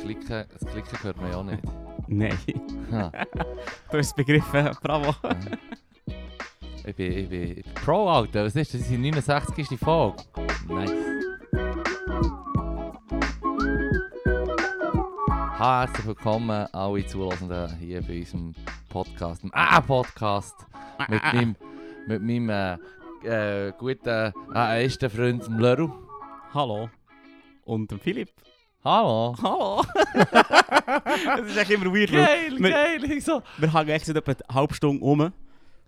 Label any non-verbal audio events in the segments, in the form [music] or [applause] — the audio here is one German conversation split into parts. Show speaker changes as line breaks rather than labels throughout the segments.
Klicken, das Klicken hört man ja auch nicht.
Nein. [laughs]
Ha.
Du hast es begriffen. Bravo.
Ich bin, ich bin, ich bin Pro, Alter. Was ist das? Das ist die 69. Folge. Nice. Ha, herzlich willkommen alle Zuhörenden hier bei unserem Podcast, dem A-Podcast mit meinem, mit meinem äh, äh, guten äh, ersten Freund dem Leru.
Hallo. Und dem Philipp.
Hallo. [laughs]
Hallo. das ist echt immer weird. weil wir,
geil. Ich so.
wir hängen echt seit etwa eine halbe Stunde um.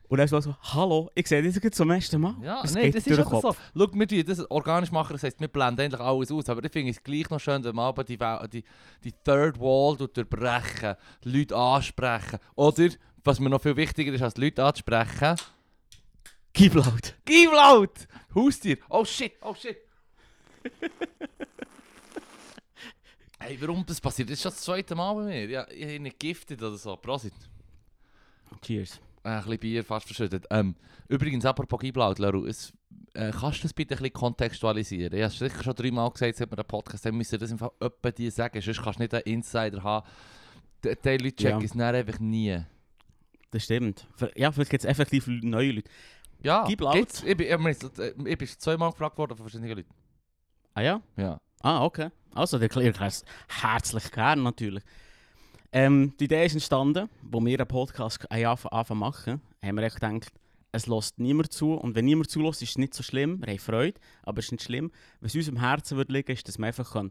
Und dann so, so hallo, ich sehe dich jetzt zum ersten Mal.
Ja,
Es
nee,
geht
das ist
durch den
einfach so. Schau, wir tun das organisch machen, das heisst, wir blenden eigentlich alles aus. Aber ich finde es gleich noch schön, wenn man aber die, Wa- die, die Third Wall tut durchbrechen, die Leute ansprechen. Oder, was mir noch viel wichtiger ist, als die Leute anzusprechen,
Gib laut.
gib laut! Haustier! Oh shit, oh
[laughs]
shit! hey, warum das passiert? Das ist schon das zweite Mal bei mir. Ja, ich habe nicht giftet oder so. Prosit.
Cheers.
Äh, Ein bisschen Bier fast verschüttet. Ähm, übrigens, apropos Giblaut, Leru, es, äh, kannst du das bitte ein bisschen kontextualisieren? Ich habe es sicher schon dreimal gesagt, seit wir den Podcast haben, müssen wir das im Fall öppe dir sagen, sonst kannst du nicht einen Insider haben. Die, die Leute checken
Ja.
es dann einfach nie.
Das stimmt. Für- Ja, vielleicht gibt es effektiv neue Leute.
Ja,
Giblaut?
gibt's. Ich bin, ich, bin jetzt- äh, ich bin zweimal gefragt worden von verschiedenen Leuten.
Ah ja?
Ja.
Ah, okay. Also, der erklärt es herzlich gern natürlich. Ähm, die Idee ist entstanden, wo wir einen Podcast am Anfang- Anfang machen, haben wir echt gedacht, es lässt niemand zu. Und wenn niemand zulässt, ist es nicht so schlimm. Wir haben Freude, aber es ist nicht schlimm. Was uns am Herzen würde liegen, ist, dass wir einfach können,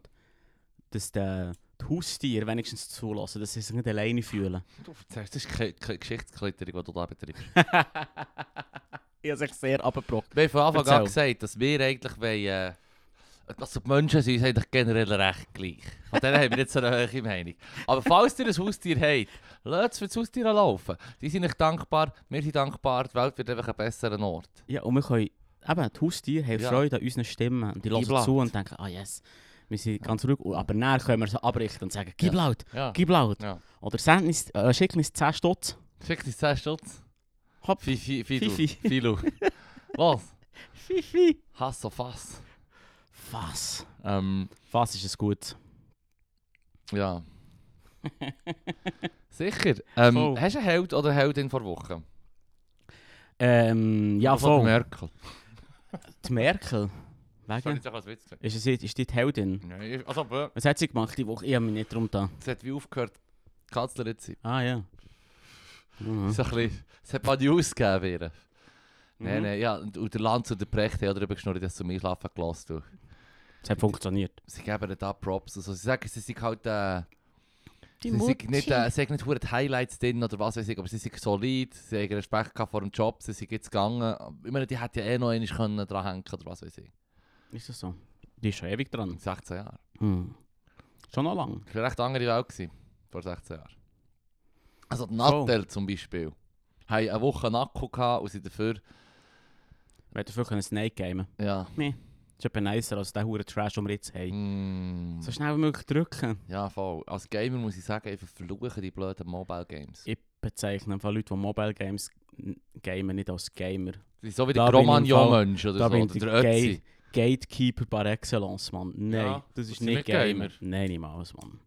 dass der, die Haustiere wenigstens zulassen, dass sie sich nicht alleine fühlen.
Du erzählst, das ist keine, keine Geschichtsklitterung, die du da betreibst.
Ich habe sich sehr abgebrochen.
Wir haben von Anfang an gesagt, dass wir eigentlich wollen, äh, also die Menschen sind uns eigentlich generell recht gleich. Von [laughs] denen haben wir nicht so eine hohe Meinung. Aber falls ihr ein Haustier habt, lasst es für das Haustier laufen. Die sind nicht dankbar, wir sind dankbar, die Welt wird einfach ein besserer Ort.
Ja, und wir können, eben, die Haustiere haben
Ja.
Freude an unseren Stimmen. Und die hören
laut.
zu und denken, ah yes, wir sind ganz ruhig. Aber dann können wir sie abrichten und sagen, gib
Ja.
laut,
Ja.
gib laut.
ja.
Oder send uns, äh, schick uns 10 Stutz.
Schick dich 10 Stutz.
Hopp.
Fifi, Fidu.
Fifi.
Filu. Los,
Fifi.
Hass auf Fass.
Fass.
Ähm,
Fass ist es gut.
ja. Sicher. Ähm,
Voll.
Hast du einen Held oder eine Heldin vor Woche?
Ähm, ja,
Von
voll.
Merkel.
Die Merkel.
Sorry,
Wegen?
das habe ich als Witz gesagt.
Ist, sie, ist die die Heldin?
Nein, also, bö.
Was hat sie gemacht die Woche? Ich habe mich nicht drum da.
Es hat wie aufgehört, Kanzlerin zu sein.
Ah ja. Mhm.
So ein bisschen, es hat mal News gegeben. ihre. Nein,
Mhm.
nein, ja, und und der Lanz und der Precht haben auch darüber geschnurrt, dass sie zum Einschlafen gelassen du.
Es hat funktioniert.
Sie geben ihnen da Props. Also, sie sagen, sie sind halt... Äh,
Die
sie sind nicht, äh, sie haben nicht verdammt die Highlights drin oder was weiß ich, aber sie sind solid, sie haben Respekt gehabt vor dem Job, sie sind jetzt gegangen. Ich meine, die hätten ja eh noch einmal können dran hängen oder was weiß ich.
Ist das so? Die ist schon ewig
In
dran.
16 Jahren.
Hm. Schon noch lang.
Das war eine recht andere Welt gewesen, vor 16 Jahren. Also die
Voll.
Nattel zum Beispiel. Haben eine Woche Nacko gehabt und sind dafür...
Wir hätten früher Snake gamen
Ja.
Das ist etwas nicer als der hure Trash, den wir jetzt haben.
Mm.
So schnell wie möglich drücken.
Ja, voll. Als Gamer muss ich sagen, einfach verluchen die blöden Mobile Games.
Ich bezeichne von Leute, die Mobile Games n- gamen, nicht als Gamer.
Das ist so wie der
Da bin ich im
Gromagnon-Mensch oder
Da
so.
bin
Oder
ich
der
der
Ötzi.
Gate, Gatekeeper par excellence, Mann. Nein,
Ja,
das
das
ist
sind
nicht
nicht
dus Gamer.
Gamer.
Nein, niemals, Mann.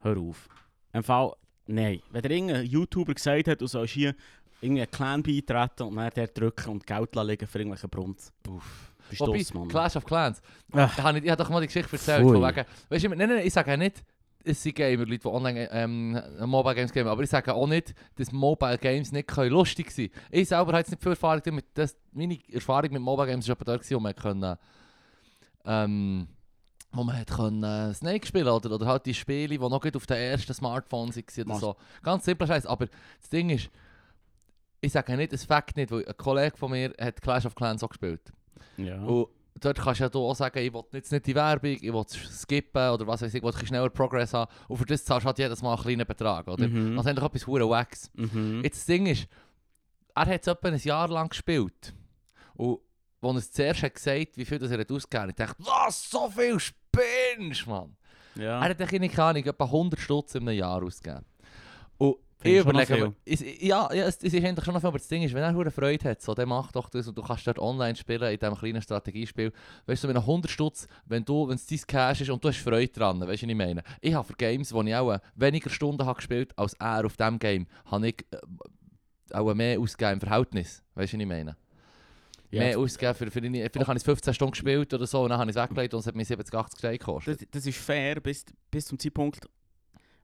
Hör auf. Im Fall, nein. Wenn dir irgendein eh, YouTuber gesagt hat, du sollst hier irgendwie einen Clan beitreten und dann der drücken und Geld lassen liegen für irgendwelchen Brunt.
Uff.
Bist du
Wobei,
das, Mann?
Clash of Clans.
Ach.
Da habe ich, ich habe doch mal die Geschichte erzählt.
Pfui.
Von wegen, weißt du, nein, nein, nein, ich sage ja nicht, es sind Gamer, Leute, die online ähm, Mobile Games gamen. Aber ich sage auch nicht, dass Mobile Games nicht können lustig sein können. Ich selber habe jetzt nicht viel Erfahrung damit. Das, meine Erfahrung mit Mobile Games war aber da, gewesen, wo man können, ähm, wo man hat können, äh, Snake spielen oder, oder halt die Spiele, die noch gerade auf den ersten Smartphone waren oder
Machst-
so. Ganz simpler Scheiß. Aber das Ding ist, ich sage ja nicht, es fängt nicht, weil ein Kollege von mir hat Clash of Clans auch gespielt.
Ja.
Und dort kannst du ja du auch sagen, ich will jetzt nicht die Werbung, ich will skippen oder was weiß ich, ich will ein bisschen schneller Progress haben. Und für das zahlst du halt jedes Mal einen kleinen Betrag, oder?
Mhm.
Also eigentlich etwas hure Wax.
Mhm.
Jetzt das Ding ist, er hat es etwa ein Jahr lang gespielt. Und als er es zuerst hat gesagt wie viel das er hat ausgegeben hat, ich dachte, was, so viel spinnst, Mann!
Ja. Ah.
Er hat eigentlich, keine Ahnung, etwa 100 Stutz in einem Jahr ausgegeben. Und Ich
Findest du noch
überlege
viel?
mir, es- ja, ja, es, es ist eigentlich schon noch viel, aber das Ding ist, wenn er hure Freude hat, so, dann mach doch das und du kannst dort online spielen, in diesem kleinen Strategiespiel. Weißt du, mit einem 100 Stutz, wenn du, wenn es dein Cash ist und du hast Freude dran, weißt du, was ich meine? Ich habe für Games, wo ich auch äh, weniger Stunden habe gespielt als er auf diesem Game, habe ich äh, auch mehr ausgegeben im Verhältnis, weißt du, was ich meine?
Ja,
Mehr ausgegeben, für, für deine, vielleicht habe ich es 15 Stunden gespielt oder so und dann habe ich es weggelegt und es hat mir 70, 80 Steine gekostet.
das, das ist fair bis, bis zum Zeitpunkt,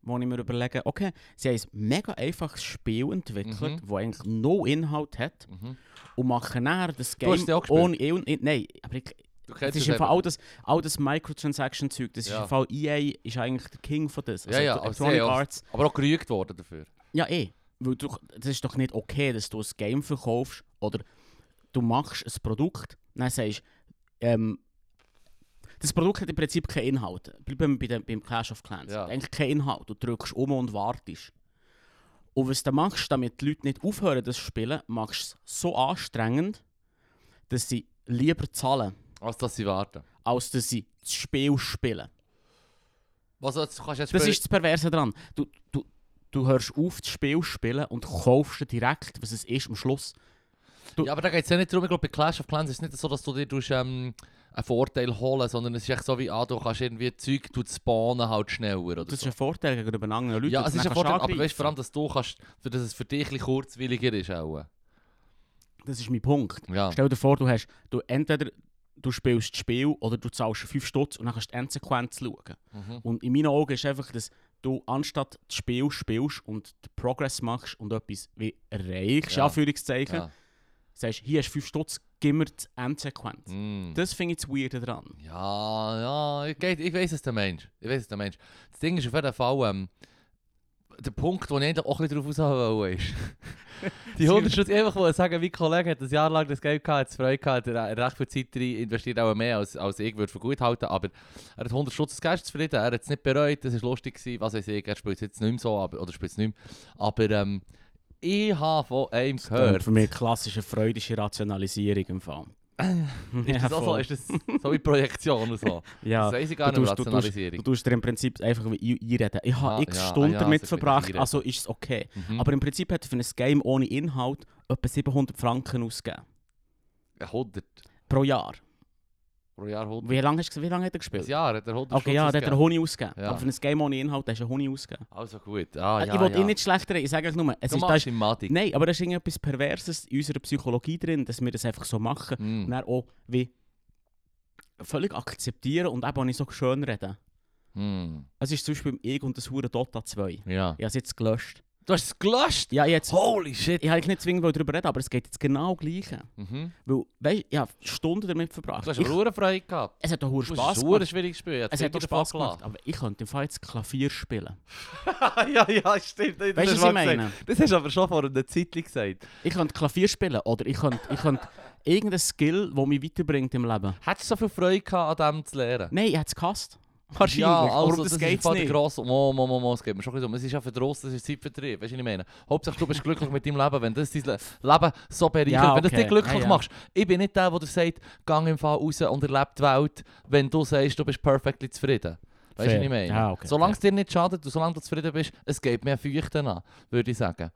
wo ich mir überlege, okay, sie haben ein mega einfaches Spiel entwickelt, das eigentlich no Inhalt hat
Mhm.
und machen nachher das
Du hast
Game
es ja auch gespielt.
ohne Inhalt. Nein, aber ich,
Du
das
kennst
ist
es
im Fall
eben.
all das, all das Microtransaction-Zeug, das ist
Ja.
im Fall EA ist eigentlich der King von das.
Ja, ja, aber sie
Electronic
haben auch-
Arts.
Aber auch gerügt worden dafür.
Ja, eh. Weil du, das ist doch nicht okay, dass du ein Game verkaufst oder du machst ein Produkt, dann sagst ähm, das Produkt hat im Prinzip keinen Inhalt. Bleiben wir bei dem, beim Clash of Clans.
Ja.
Hat Eigentlich keinen Inhalt. Du drückst um und wartest. Und was du machst, damit die Leute nicht aufhören, das zu spielen, machst du es so anstrengend, dass sie lieber zahlen,
Als dass sie warten.
als dass sie das Spiel spielen.
Was, jetzt kannst du jetzt
Das
spielen-
ist das Perverse daran. Du, du, du hörst auf, das Spiel zu spielen und kaufst dir direkt, was es ist am Schluss. Du-
Ja, aber da geht es ja nicht darum, ich glaube, bei Clash of Clans ist es nicht so, dass du dir tust, ähm, einen Vorteil holen sondern es ist echt so wie, ah, du kannst irgendwie Zeug du spawnen halt schneller oder
Das ist
so.
ein Vorteil gegenüber anderen Leuten.
Ja,
dass
es ist
du
ein
dann
Vorteil, aber
angreifen
weißt du vor allem, dass du kannst, für dass es für dich ein bisschen kurzwilliger ist auch.
Das ist mein Punkt.
Ja.
Stell dir vor, du hast, du entweder du spielst das Spiel oder du zahlst 5 Stutz und dann kannst du die Endsequenz schauen.
Mhm.
Und in meinen Augen ist einfach, dass du anstatt das Spiel spielst und den Progress machst und etwas wie erreichst,
Ja.
Anführungszeichen,
Ja.
sagst, hier hast 5 Stutz, gib mir die Endsequenz.
Mm.
Das finde ich das Weirde daran.
Ja, ja, ich, geht- ich weiß es der Mensch. Ich weiß es der Mensch. Das Ding ist auf jeden Fall, ähm, der Punkt, wo ich eigentlich auch ein bisschen drauf raus wollte,
[laughs]
ist, die 100 Stutz, ich einfach wollte sagen, mein Kollege hat ein Jahr lang das Geld gehabt, hat es Freude gehabt, hat er- er recht viel Zeit rein, investiert auch mehr, als, als ich würde für gut halten, aber er hat 100 Stutz das Geld zufrieden, er hat es nicht bereut, das war lustig, gewesen, was weiß ich, er spielt es jetzt nicht mehr so, aber, oder spielt es nicht mehr, aber ähm, ich habe von einem
Gehört.
gehört.
Für mich klassische freudische Rationalisierung im Fall.
[laughs] Ist das auch so?
voll.
Ist das so wie Projektion und so?
[laughs] ja.
Das weiß ich gar
Du
nicht,
tust- du tust-
Rationalisierung.
Du tust dir im Prinzip einfach wie ein- einreden. Ich habe
Ah,
x
ja,
Stunden
ah, ja,
damit
das ist
verbracht,
wirklich
also ist es okay.
Mhm.
Aber im Prinzip hat er für ein Game ohne Inhalt etwa 700 Franken ausgegeben.
100.
Pro Jahr.
Pro Jahr 100.
Wie lange, hast du, wie lange hat
Ein
er gespielt?
Jahr hat er 100
Okay,
Stutz
ja, da hat er einen
ausgegeben.
Huni ausgegeben.
Ja.
Aber für ein Game ohne Inhalt hast du einen Huni ausgegeben.
Also gut. Ah,
Äh,
ja,
ich wollte
ja.
ihn nicht schlecht reden, ich sage einfach nur, es
Du
ist, da
machst
ist,
ihn mattig.
Nein, aber da ist irgendetwas Perverses in unserer Psychologie drin, dass wir das einfach so machen. Und
Hm.
dann auch wie völlig akzeptieren und eben auch nicht so schön reden.
Hm.
Es ist zum Beispiel im Ich und das Hure Dota 2. Ich
Ja.
habe es jetzt gelöscht.
Du hast es gelöscht!
Ja, jetzt.
Holy shit!
Ich habe nicht zwingend darüber reden, aber es geht jetzt genau gleich.
Mhm.
Weil, weißt du, ich habe Stunden damit
Du
verbracht.
hast
Ich,
aber eine Freude gehabt.
es hat doch Hure
Du hast
Spass
ein verdammt
gemacht.
schwieriges Spiel.
Es hat doch Spass gemacht. Aber ich könnte im Fall jetzt Klavier spielen.
[laughs] ja, ja, stimmt. Das
Weißt du,
hast
was ich
mal gesagt.
meine?
Das hast du aber schon vor einer Zeit gesagt.
Ich könnte Klavier spielen oder ich könnte, ich könnte irgendein Skill, der mich weiterbringt im Leben.
Hättest du so viel Freude gehabt, an dem zu lernen?
Nein, ich hätte es gehasst. Wahrscheinlich.
Ja,
aber
also,
um das,
das
geht
geht's
es
nicht.
nicht.
Gross, mo, mo, mo, mo, es geht mir schon ein bisschen um. Es ist ja verdrossen, das ist Zeitvertrieb, weißt du, was ich meine? Hauptsache, du bist glücklich mit deinem Leben, wenn das dein Le- Leben so bereichert,
Ja,
wenn das
okay.
dich glücklich
Ja, ja.
machst. Ich bin nicht der, der dir sagt, gang im Fall raus und erlebe die Welt, wenn du sagst, du bist perfekt zufrieden. Weißt du,
Fair.
was ich meine?
Ja, okay,
solange es dir nicht schadet dus und solange du zufrieden bist, es geht mehr Feuchten an, würde ich sagen.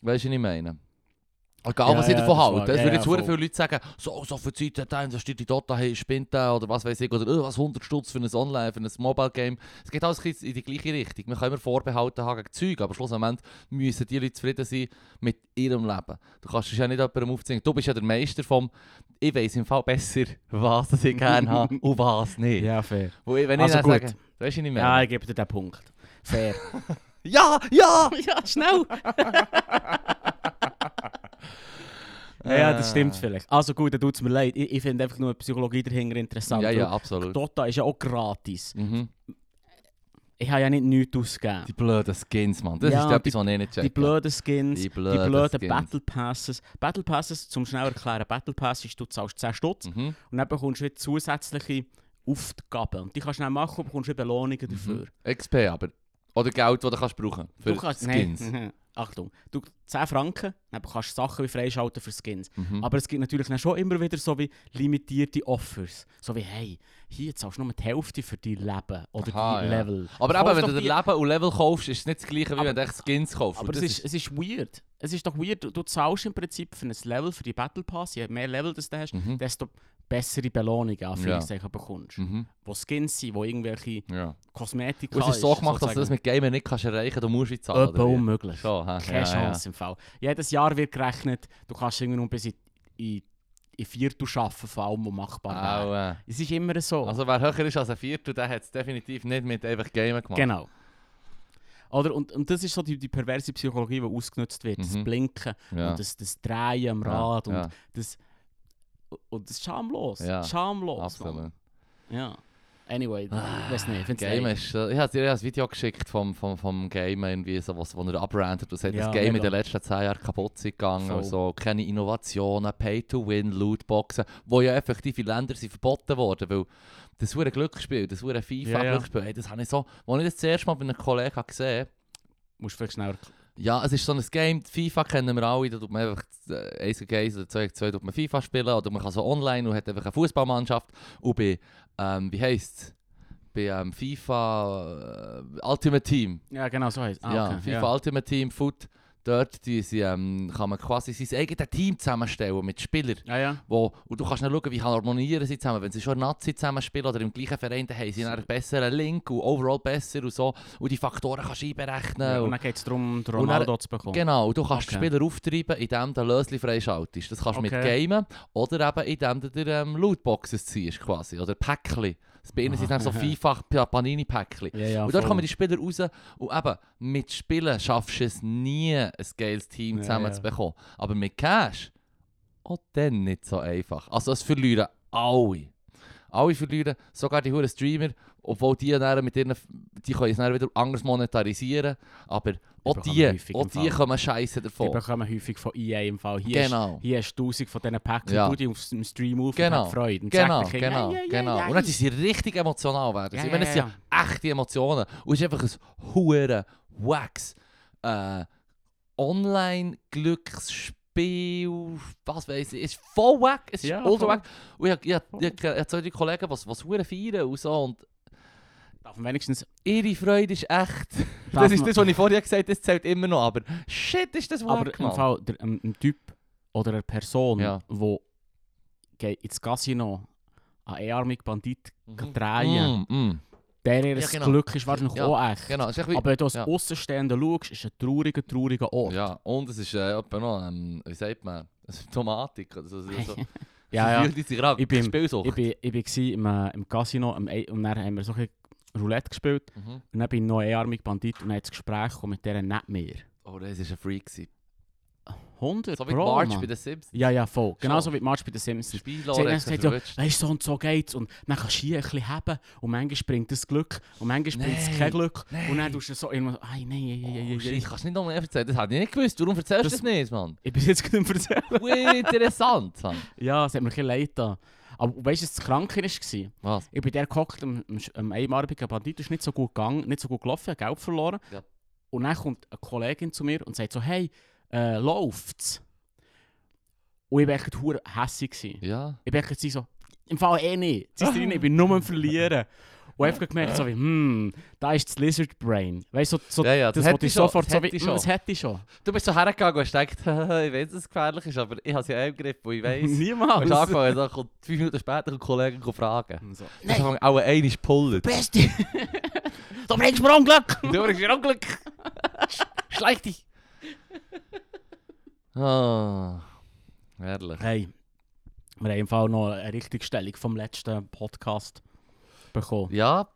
Weißt du, was ich meine? Egal,
Ja,
was ich
ja,
davon
das
halte.
mag-
Es
ja,
würden
ja,
jetzt hure
voll.
viele Leute sagen, so, so viel Zeit hat er investiert in Dota, hey, spinnt der oder was weiß ich, oder oh, was 100 Stutz für ein Online, für ein Mobile-Game. Es geht alles ein bisschen in die gleiche Richtung. Man kann immer Vorbehalte haben gegen Zeug, aber schlussendlich müssen die Leute zufrieden sein mit ihrem Leben. Du kannst es ja nicht jemandem aufzwingen. Du bist ja der Meister vom, ich weiß im Fall besser, [laughs] was das ich gerne [laughs] habe und was nicht.
Ja, fair.
Wo ich, wenn
Also
ich dann
gut.
sage, weißt du nicht
Ja,
mehr.
ich gebe dir den Punkt. Fair.
[laughs] Ja, Oh ja!
ja, schnell! [laughs] ja,
Ah.
das stimmt vielleicht. Also gut, dann tut es mir leid. Ich, ich finde einfach nur die Psychologie dahinter interessant.
Ja, ja,
Weil
absolut.
Dota ist ja auch gratis.
Mhm.
Ich habe ja nicht nichts ausgegeben.
Die blöden Skins, Mann. Das
Ja,
ist
die-
etwas, was ich nicht
Die,
checke.
blöden Skins,
Die
die
blöden
blöden,
Skins.
Battle Passes. Battle Passes, zum schnell erklären, Battle Pass ist, du zahlst 10 Stutz
Mhm.
und dann bekommst du wieder zusätzliche Aufgaben. Und die kannst du dann machen und bekommst wieder Belohnungen
Mhm.
dafür.
XP aber. Oder Geld, das du kannst brauchen für
du kannst,
Skins.
Nein, Mhm. Achtung, du 10 Franken, dann kannst du Sachen wie freischalten für Skins.
Mhm.
Aber es gibt natürlich dann schon immer wieder so wie limitierte Offers. So wie, hey, hier zahlst du nur die Hälfte für dein Leben oder
Aha,
dein
ja.
Level.
Aber
Kauf
eben, wenn
doch
du dir
die-
Leben und Level kaufst, ist es nicht das gleiche, wie
Aber-
wenn du echt Skins kaufst.
Aber
Und
es
das
ist, es ist weird. Es ist doch weird. Du, du zahlst im Prinzip für ein Level, für die Battle Pass. Je mehr Level das du hast,
Mhm.
desto bessere Belohnungen Anführungszeichen bekommst.
Mhm.
Wo Skins sind, wo irgendwelche
Ja.
Kosmetika
Und es ist so gemacht, dass du das
sozusagen.
mit Gamen nicht kannst erreichen kannst, du musst wie zahlen.
Etwa
oder wie?
unmöglich.
So, hä?
Keine
Also Ja, ja, ja.
Chance im Fall. Jedes Jahr wird gerechnet, du kannst irgendwann bis in, in, in Viertel arbeiten, von allem, was machbar wäre.
Au, äh.
Es ist immer so.
Also wer höher ist als ein Viertel, der hat es definitiv nicht mit einfach Gamen gemacht.
Genau. Oder, und, und das ist so die, die perverse Psychologie, die ausgenutzt wird. Das
Mhm.
Blinken
Ja.
und das, das Drehen am Rad
ja,
und, Das, und das ist schamlos.
Ja,
Schamlos.
ja, absolut.
Mann. Ja. Anyway,
Ah,
ich weiß nicht. Ich find's eh
Game
lame.
ist, äh, ich habe dir ja ein Video geschickt vom, vom, vom Game, irgendwie so, was, wo er abrantet und sagt,
Ja,
das dus Game
mega.
in den letzten 10 Jahren kaputt ist gegangen.
Voll.
und so. keine Innovationen, Pay-to-Win, Lootboxen, wo ja effektiv in Ländern sind verboten worden, weil das hure Glücksspiel, das hure
Ja, ja.
FIFA-Glücksspiel, ey, das habe ich so, als ich das zuerst mal bei einem Kollegen habe gesehen
Musst du vielleicht schnell.
Ja, es ist so ein Game, die FIFA kennen wir alle, da tut man einfach äh, 1 gegen 1 oder 2 gegen 2 tut man FIFA spielen oder man kann so online und hat einfach eine Fußballmannschaft und bei, ähm, wie heisst es, bei ähm, FIFA äh, Ultimate Team,
Ja, genau, so heißt es. Ah,
ja,
okay,
FIFA
ja.
Ultimate Team Foot, dort die, sie, ähm, kann man quasi sein eigenes Team zusammenstellen mit Spielern.
Ja, ja.
Wo, und du kannst dann schauen, wie harmonieren sie zusammen. Wenn sie schon in der Nazi zusammen spielen oder im gleichen Verein, dann haben sie einen besseren Link und overall besser und so. Und die Faktoren kannst du einberechnen.
Ja,
und-
Und dann geht es darum, den
Genau. Und dann-
Ronaldo zu bekommen.
Genau, du kannst
Okay.
die Spieler auftreiben, indem du Lösli freischaltest. Das kannst du mit
Okay.
Gamen oder eben indem du dir ähm, Lootboxen ziehst quasi oder Päckchen. Das bei ihnen sind dann so
[laughs]
vielfach Panini-Päckchen.
Ja, ja,
und dort
voll.
kommen die Spieler raus und eben, mit Spielen schaffst du es nie, ein geiles Team
Ja,
zusammenzubekommen. Aber mit Cash, auch dann nicht so einfach. Also es verlieren alle. Alle verlieren, sogar die huren Streamer, obwohl die dann mit ihren, die können es dann wieder anders monetarisieren, aber auch
bekommen
die,
häufig
auch
im
die
Fall.
kommen scheiße
Die
davon.
bekommen häufig von EA E im Fall. Hier
Genau.
Ist, hier hast du 1000 von diesen Packs,
Ja.
ja. du die auf dem Stream auf
Genau.
und hat Freude. Und
Genau,
sagt den Kindern,
genau,
«Ei, ei, ei,
genau.
ei,
Und
ei.»
dann sind sie richtig emotional werden.
Ja,
ich meine, es
ja,
sind echte Emotionen. Und es ist einfach ein hure Wax. Äh, Online-Glücksspiel, was weiß ich, es ist voll weg. Es ist
Ja,
ultra
voll.
weg. Und ich habe ich, hab- ich, hab- ich hab zwei, drei Kollegen, was was hure feiern und so. Und
Darf man wenigstens
ihre Freude ist echt.
Darf
das ist
man-
das, was ich vorher gesagt habe, das zählt immer noch. Aber shit, ist das
Aber
wack,
im
Mann.
Fall der, ähm, ein, ein Typ oder eine Person,
Ja.
wo geht ins Casino an einarmigen Bandit
Mhm.
drehen
Mm, mm. nou,
der ihr
Ja, genau.
Glück ist wahrscheinlich
Ja,
auch echt.
Genau, es ist ein bisschen-
Aber wenn du als
ja.
Außenstehender schaust, ist es ein trauriger, trauriger Ort.
Ja, und es ist äh, etwa noch, ähm, wie sagt man, Symptomatik. oder so.
[laughs]
so, so.
ja, ja.
Fühlt sich krank.
Ich bin-
Spielsucht.
Ich bin, ich bin gsi im, äh, im Casino am Ei- und dann haben wir so ein bisschen Roulette gespielt.
Mhm.
Und dann bin ich noch einarmig Bandit und dann hat das Gespräch gekommen mit der nicht mehr.
Oh, das war ein Freak. gewesen.
100
So wie
Pro,
March
Mann.
bei den Sims.
Ja, ja, voll. Genauso
Schon.
wie die March bei den Simpsons.
Spieler
Sie hat
oder
dann gesagt, ja, weißt du, so und so geht's. Und dann kannst du hier ein bisschen haben. Und manchmal bringt es Glück. Und manchmal bringt es
Nein,
kein Glück.
nein.
Und dann tust du so irgendwann, ei, nein, ei, ei, ei,
Oh,
ei,
shit,
ei.
kannst du nicht nochmal erzählen. Das hätte ich nicht gewusst. Warum erzählst du
Das-
das nicht, Mann?
Ich bin jetzt gerade im Erzählen.
Ui, interessant. Mann.
Ja, es hat mir ein bisschen leid da. Aber weißt du, was das Kranke war?
Was?
Ich bin der gehockt, am, am, Sch- am einarmigen Bandit, ist nicht so gut gegangen, nicht so gut gelaufen, hat Geld verloren.
Ja.
Und dann kommt eine Kollegin zu mir und sagt so, hey, äh, läuft's? Und ich war echt verdammt hässig. gewesen.
Ja.
Ich bin echt so, im Fall eh nicht. Sie ist drin, ich bin nur am Verlieren. Und einfach gemerkt, so wie, hm, da ist das Lizard Brain. Weißt du, so, so,
Ja, ja, das
das,
hätte
wollte ich
ich schon,
sofort
das
so
hätte
wie,
ich
hm,
schon.
das hätte ich schon.
Du bist so hergegangen und hast [laughs] gedacht, ich weiß, dass es gefährlich ist, aber ich habe es ja eh im Griff, wo [laughs] ich weiß. Du hast
[laughs] Niemals.
angefangen, dann kommt fünf Minuten später ein Kollege und fragen.
Und so,
Ich habe auch einen ist pullet.
Beste! [laughs] du bringst mir Unglück!
Du bringst mir [laughs] Unglück.
Schleich dich!
Ah, herrlich.
Hey, wir haben im Fall noch eine Richtigstellung vom letzten Podcast bekommen.
Ja,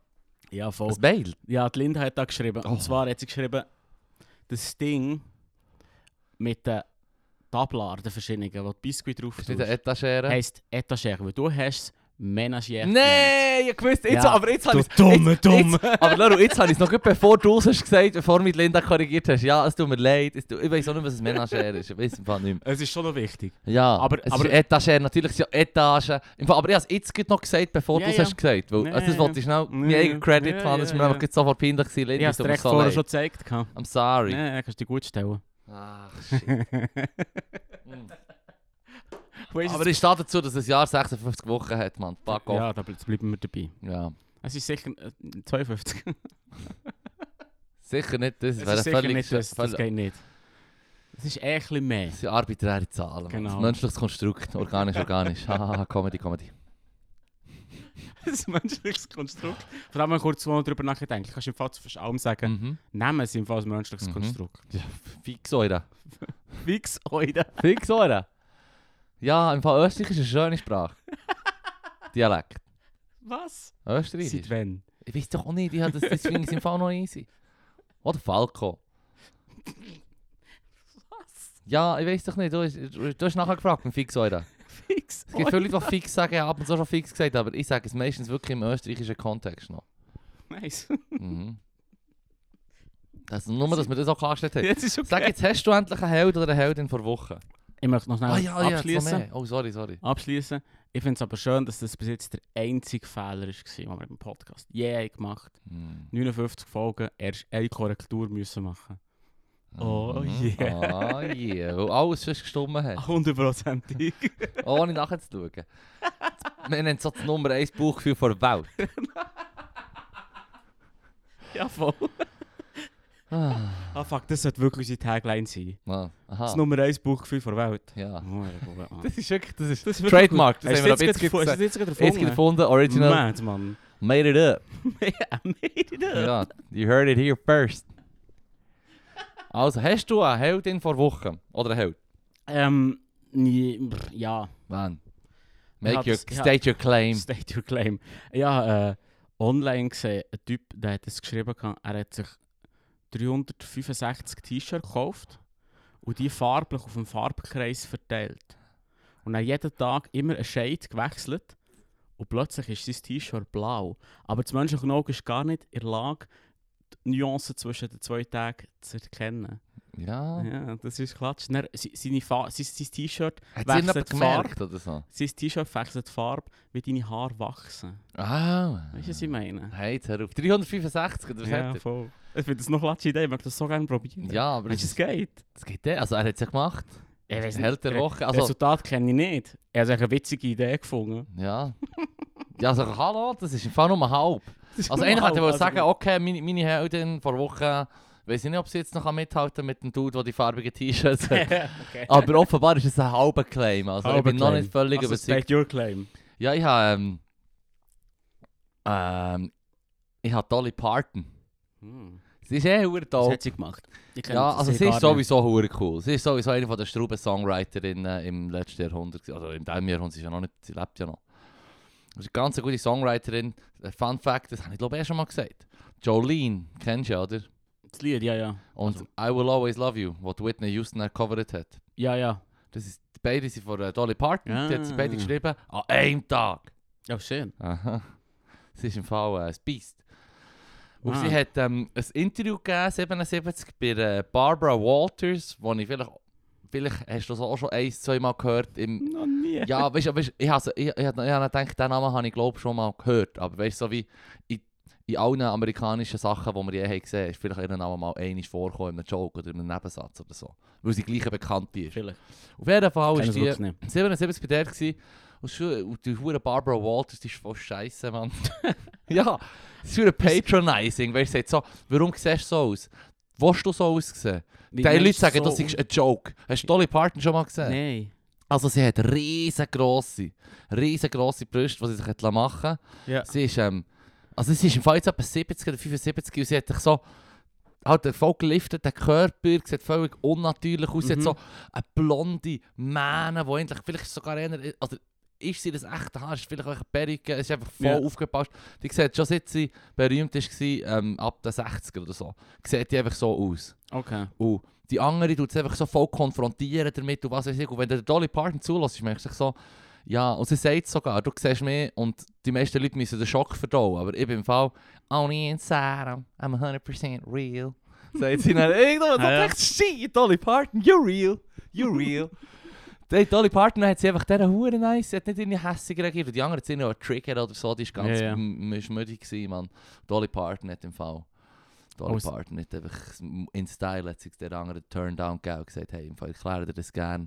Ja, voll.
das Mail.
Ja, die Linda hat da geschrieben.
Oh.
Und zwar hat sie geschrieben, das Ding mit den Tablar, den verschiedenen, wo die Biskuit drauf
Ist
tust,
nicht eine Etagere?
heisst Etagere, weil du hast Menagier.
Nein, ich gewusst, jetzt,
Ja,
aber jetzt habe
Du
ich
dumme, dumme.
Aber Laro, jetzt habe ich es noch gut, bevor du es hast gesagt, bevor du mit Linda korrigiert hast. Ja, es tut mir leid. Es tut, ich weiß auch nicht, was ein Menagere ist. Ich weiß im Fall nicht mehr.
Es ist schon noch wichtig.
Ja,
Aber-
es
aber-
ist Etagere. Natürlich ist ja Etage. Im Fall, aber ich habe es jetzt gerade noch gesagt, bevor
Ja,
du es
ja.
hast gesagt. Weil,
Ja,
also, das
ja,
wollte ich schnell. Mein
Ja,
eigener nou Credit,
ja,
Mann, das ist
ja,
mir einfach
ja.
gerade sofort peinlich gewesen.
Ich
Linda,
habe es
tut mir
direkt
so
vorher
leid.
schon gezeigt. gehabt.
I'm sorry. Ah,
Nein, nein, kannst du dich gut stellen.
Ach, shit. Mm.
Weisst du,
Aber ich stehe dazu, dass das Jahr 56 Wochen hat, Mann. Fuck off.
Ja, da bl- jetzt bleiben wir dabei.
Ja.
Es ist sicher äh, 52.
Sicher nicht, das
Es
wäre
ist sicher
völlig...
nicht, das, das
völlig-
geht nicht. Es ist eh ein bisschen mehr.
das sind arbiträre Zahlen. Mann.
Genau.
Das menschliches Konstrukt. Organisch, organisch. Hahaha, Comedy, Comedy. [laughs]
Das ist ein menschliches Konstrukt. Vor allem, wenn man kurz mal darüber nachdenkt, kannst du im Fall zu fast allem sagen,
Mhm.
nehmen sie im Fall als menschliches
Mhm.
Konstrukt.
Fix eure.
Fix heute.
Fix eure. Ja, im Fall Österreich ist eine schöne Sprache. Dialekt.
Was?
Österreichisch.
Seit wann?
Ich weiß doch auch nicht, ich hab das, das finde ich im Fall noch easy. Oder Falco.
Was?
Ja, ich weiß doch nicht, du, hast- du, du hast nachher gefragt, mit fix oder?
Fix
Es gibt viele Leute, die fix sagen, ich habe ab und zu schon fix gesagt, aber ich sage es meistens wirklich im österreichischen Kontext noch.
Nice.
Mhm. Das, nur, dass wir das auch klargestellt haben.
[laughs] Jetzt ist okay.
Sag jetzt, hast du endlich einen Held oder eine Heldin vor Woche?
Ich möchte noch schnell
Ah ja, ja, jetzt noch
abschließen.
mehr. Oh, sorry, sorry.
abschließen. Ich finde es aber schön, dass das bis jetzt der einzige Fehler war, den wir im Podcast je gemacht haben.
Mhm.
59 Folgen, erst eine Korrektur müssen machen. Oh
Mhm.
yeah.
Oh yeah, weil alles sonst gestummen
[laughs]
hat.
100%ig.
Ohne nachzuschauen. Wir nennen so das Nummer 1 Bauchgefühl vor der Welt.
[laughs] ja, voll.
Ah,
Ah, fuck, das sollte wirklich unsere Tagline sein.
Mann,
Das
aha.
Nummer 1 Buchgefühl der Welt. Oh,
Ja.
Das
Ah. [laughs] Das ist wirklich, das ist,
das ist wirklich
Trademark,
gut.
das
Hast
haben wir ab
du
jetzt
jetzt
gesagt.
gerade erfunden? Hast du jetzt
Jetzt
gerade
gefunden, original.
Mad, Mann.
Made it up.
[laughs] Ja, made it
Ja,
up.
you heard it here first. Also, hast du eine Heldin vor Wochen? Oder einen Held?
Ähm, nee, brr, ja.
Wann? Make
hab's-
your,
ich hab-
state your claim.
State your claim. Ja, äh, online gesehen, ein Typ, der hat es geschrieben, gehabt, er hat sich 365 T-Shirts gekauft und die farblich auf dem Farbkreis verteilt. Und dann jeden Tag immer einen Shade gewechselt und plötzlich ist sein T-Shirt blau. Aber das menschliche Auge ist gar nicht in der Lage, die Nuancen zwischen den zwei Tagen zu erkennen.
Ja.
Ja, das ist Klatsch. Dann, se- seine Fa sein sein T-Shirt
Hat sie
wechselt
jemand
die Farbe.
gemerkt oder so?
Sein T-Shirt wechselt die Farbe, wie deine Haare wachsen.
Ah.
Weißt du, was ich meine?
Hey, jetzt hör auf. 365, oder was hat er?
voll. Ich finde das noch eine Idee, ich möchte das so gerne probieren.
Ja, aber
Weißt du,
es,
es geht?
es geht eh. Also, er hat es ja gemacht.
Ich weiß
Held der Woche.
Das
Also,
Resultat kenne ich nicht. Er hat eigentlich eine witzige Idee gefunden.
ja. Ja, also, hallo, das ist im Fall nur halb. Also eigentlich hätte ich wohl
[laughs]
sagen, okay, meine, meine Heldin vor Wochen, weiß ich nicht, ob sie jetzt noch mithalten kann mit dem Dude, der die farbigen T-Shirts hat.
okay.
Aber offenbar ist es ein halber Claim. Also ich
Halber
also, bin noch
Claim.
nicht völlig
Also,
überzeugt.
state your claim.
Ja, ich habe ähm, ähm, ich habe Dolly Parton.
Hm.
Sie ist eh hure
Das
toll.
hat sie gemacht. Ich kenne
Ja, also sie
gar
ist sowieso hure cool. Sie ist sowieso eine von der Struben Songwriterinnen im letzten Jahrhundert, gewesen. oder in diesem Jahrhundert, sie ist ja noch nicht, sie lebt ja noch. Sie ist eine ganz gute Songwriterin. Ein Fun Fact, das habe ich glaube ich eh schon mal gesagt. Jolene, kennst du ja, oder?
nicht. Das Lied, ja, ja.
Und
Also-
I Will Always Love You, was Whitney Houston dann gecovert hat.
Ja, ja.
Das ist, beide sind von äh, Dolly Parton, die hat sie beide
Ah.
geschrieben, an einem Tag.
Ja, schön.
Aha. [laughs] Sie ist im Fall äh, ein Beast. Und
Ah.
sie hat ähm, ein Interview gegeben, 77, bei äh, Barbara Walters, wo ich vielleicht, vielleicht hast du das auch schon ein, zwei Mal gehört. Im,
[laughs] Noch nie.
ja, weißt du, weißt, du, ich habe ich, ich, hab- ich hab gedacht, den Namen habe ich glaube schon mal gehört. Aber weißt du, so wie in, in allen amerikanischen Sachen, die wir je haben gesehen haben, ist vielleicht ihr Name mal einmal vorgekommen in einem Joke oder in einem Nebensatz oder so. Weil sie gleich bekannt ist.
Vielleicht.
Auf jeden Fall
Kenne
ist
es
die
wirklich nicht.
77 bei der gewesen. Und, schon, und die hure Barbara Walters die ist voll scheiße, Mann. [laughs] ja, das ist hure patronizing. Weißt du, sie sagt so, warum siehst du so aus? Willst du so aussehen? Die Leute sagen, das ist ein Joke. Hast du Dolly Parton schon mal gesehen?
um- Nein.
Also sie hat riesengroße, riesengroße Brüste, die sie sich hat lassen machen
Ja.
Sie ist, ähm, also sie ist im Fall jetzt etwa 70 oder 75 und sie hat sich so, halt einen voll gelifteten Körper, sieht völlig unnatürlich aus. Sie hat
Mhm.
so eine blonde Mähne, die eigentlich vielleicht sogar eher, also ist sie das echte Haar, ist vielleicht auch eine Perücke, es ist einfach voll
Ja.
aufgepasst. Die sieht schon seit sie berühmt war, ähm, ab den 60er oder so, sieht die einfach so aus.
Okay.
Und die andere tut es einfach so voll konfrontieren damit und was weiß ich. Und wenn du den Dolly Parton zulässt, merkst du dich so, ja, und sie sagt sogar, du siehst mich und die meisten Leute müssen den Schock verdauen. Aber ich bin im Fall, only inside I'm, I'm 100% real. Sagt sie dann, ich
[laughs]
dachte,
Ah, Ja, ja.
echt shit, Dolly Parton, you're real, you're real. [laughs] Die Dolly Parton hat sie einfach dieser Hure nice, sie hat nicht irgendwie hässig reagiert. Und die anderen sind ja Trigger oder so, die ist ganz
Ja, ja.
m- m- schmüdig gewesen, Mann. Dolly Parton hat im Fall. Dolly
Oh, s-
Parton hat einfach in Style hat sich der andere Turndown gegeben und gesagt, hey, im Fall, ich kläre dir das gerne.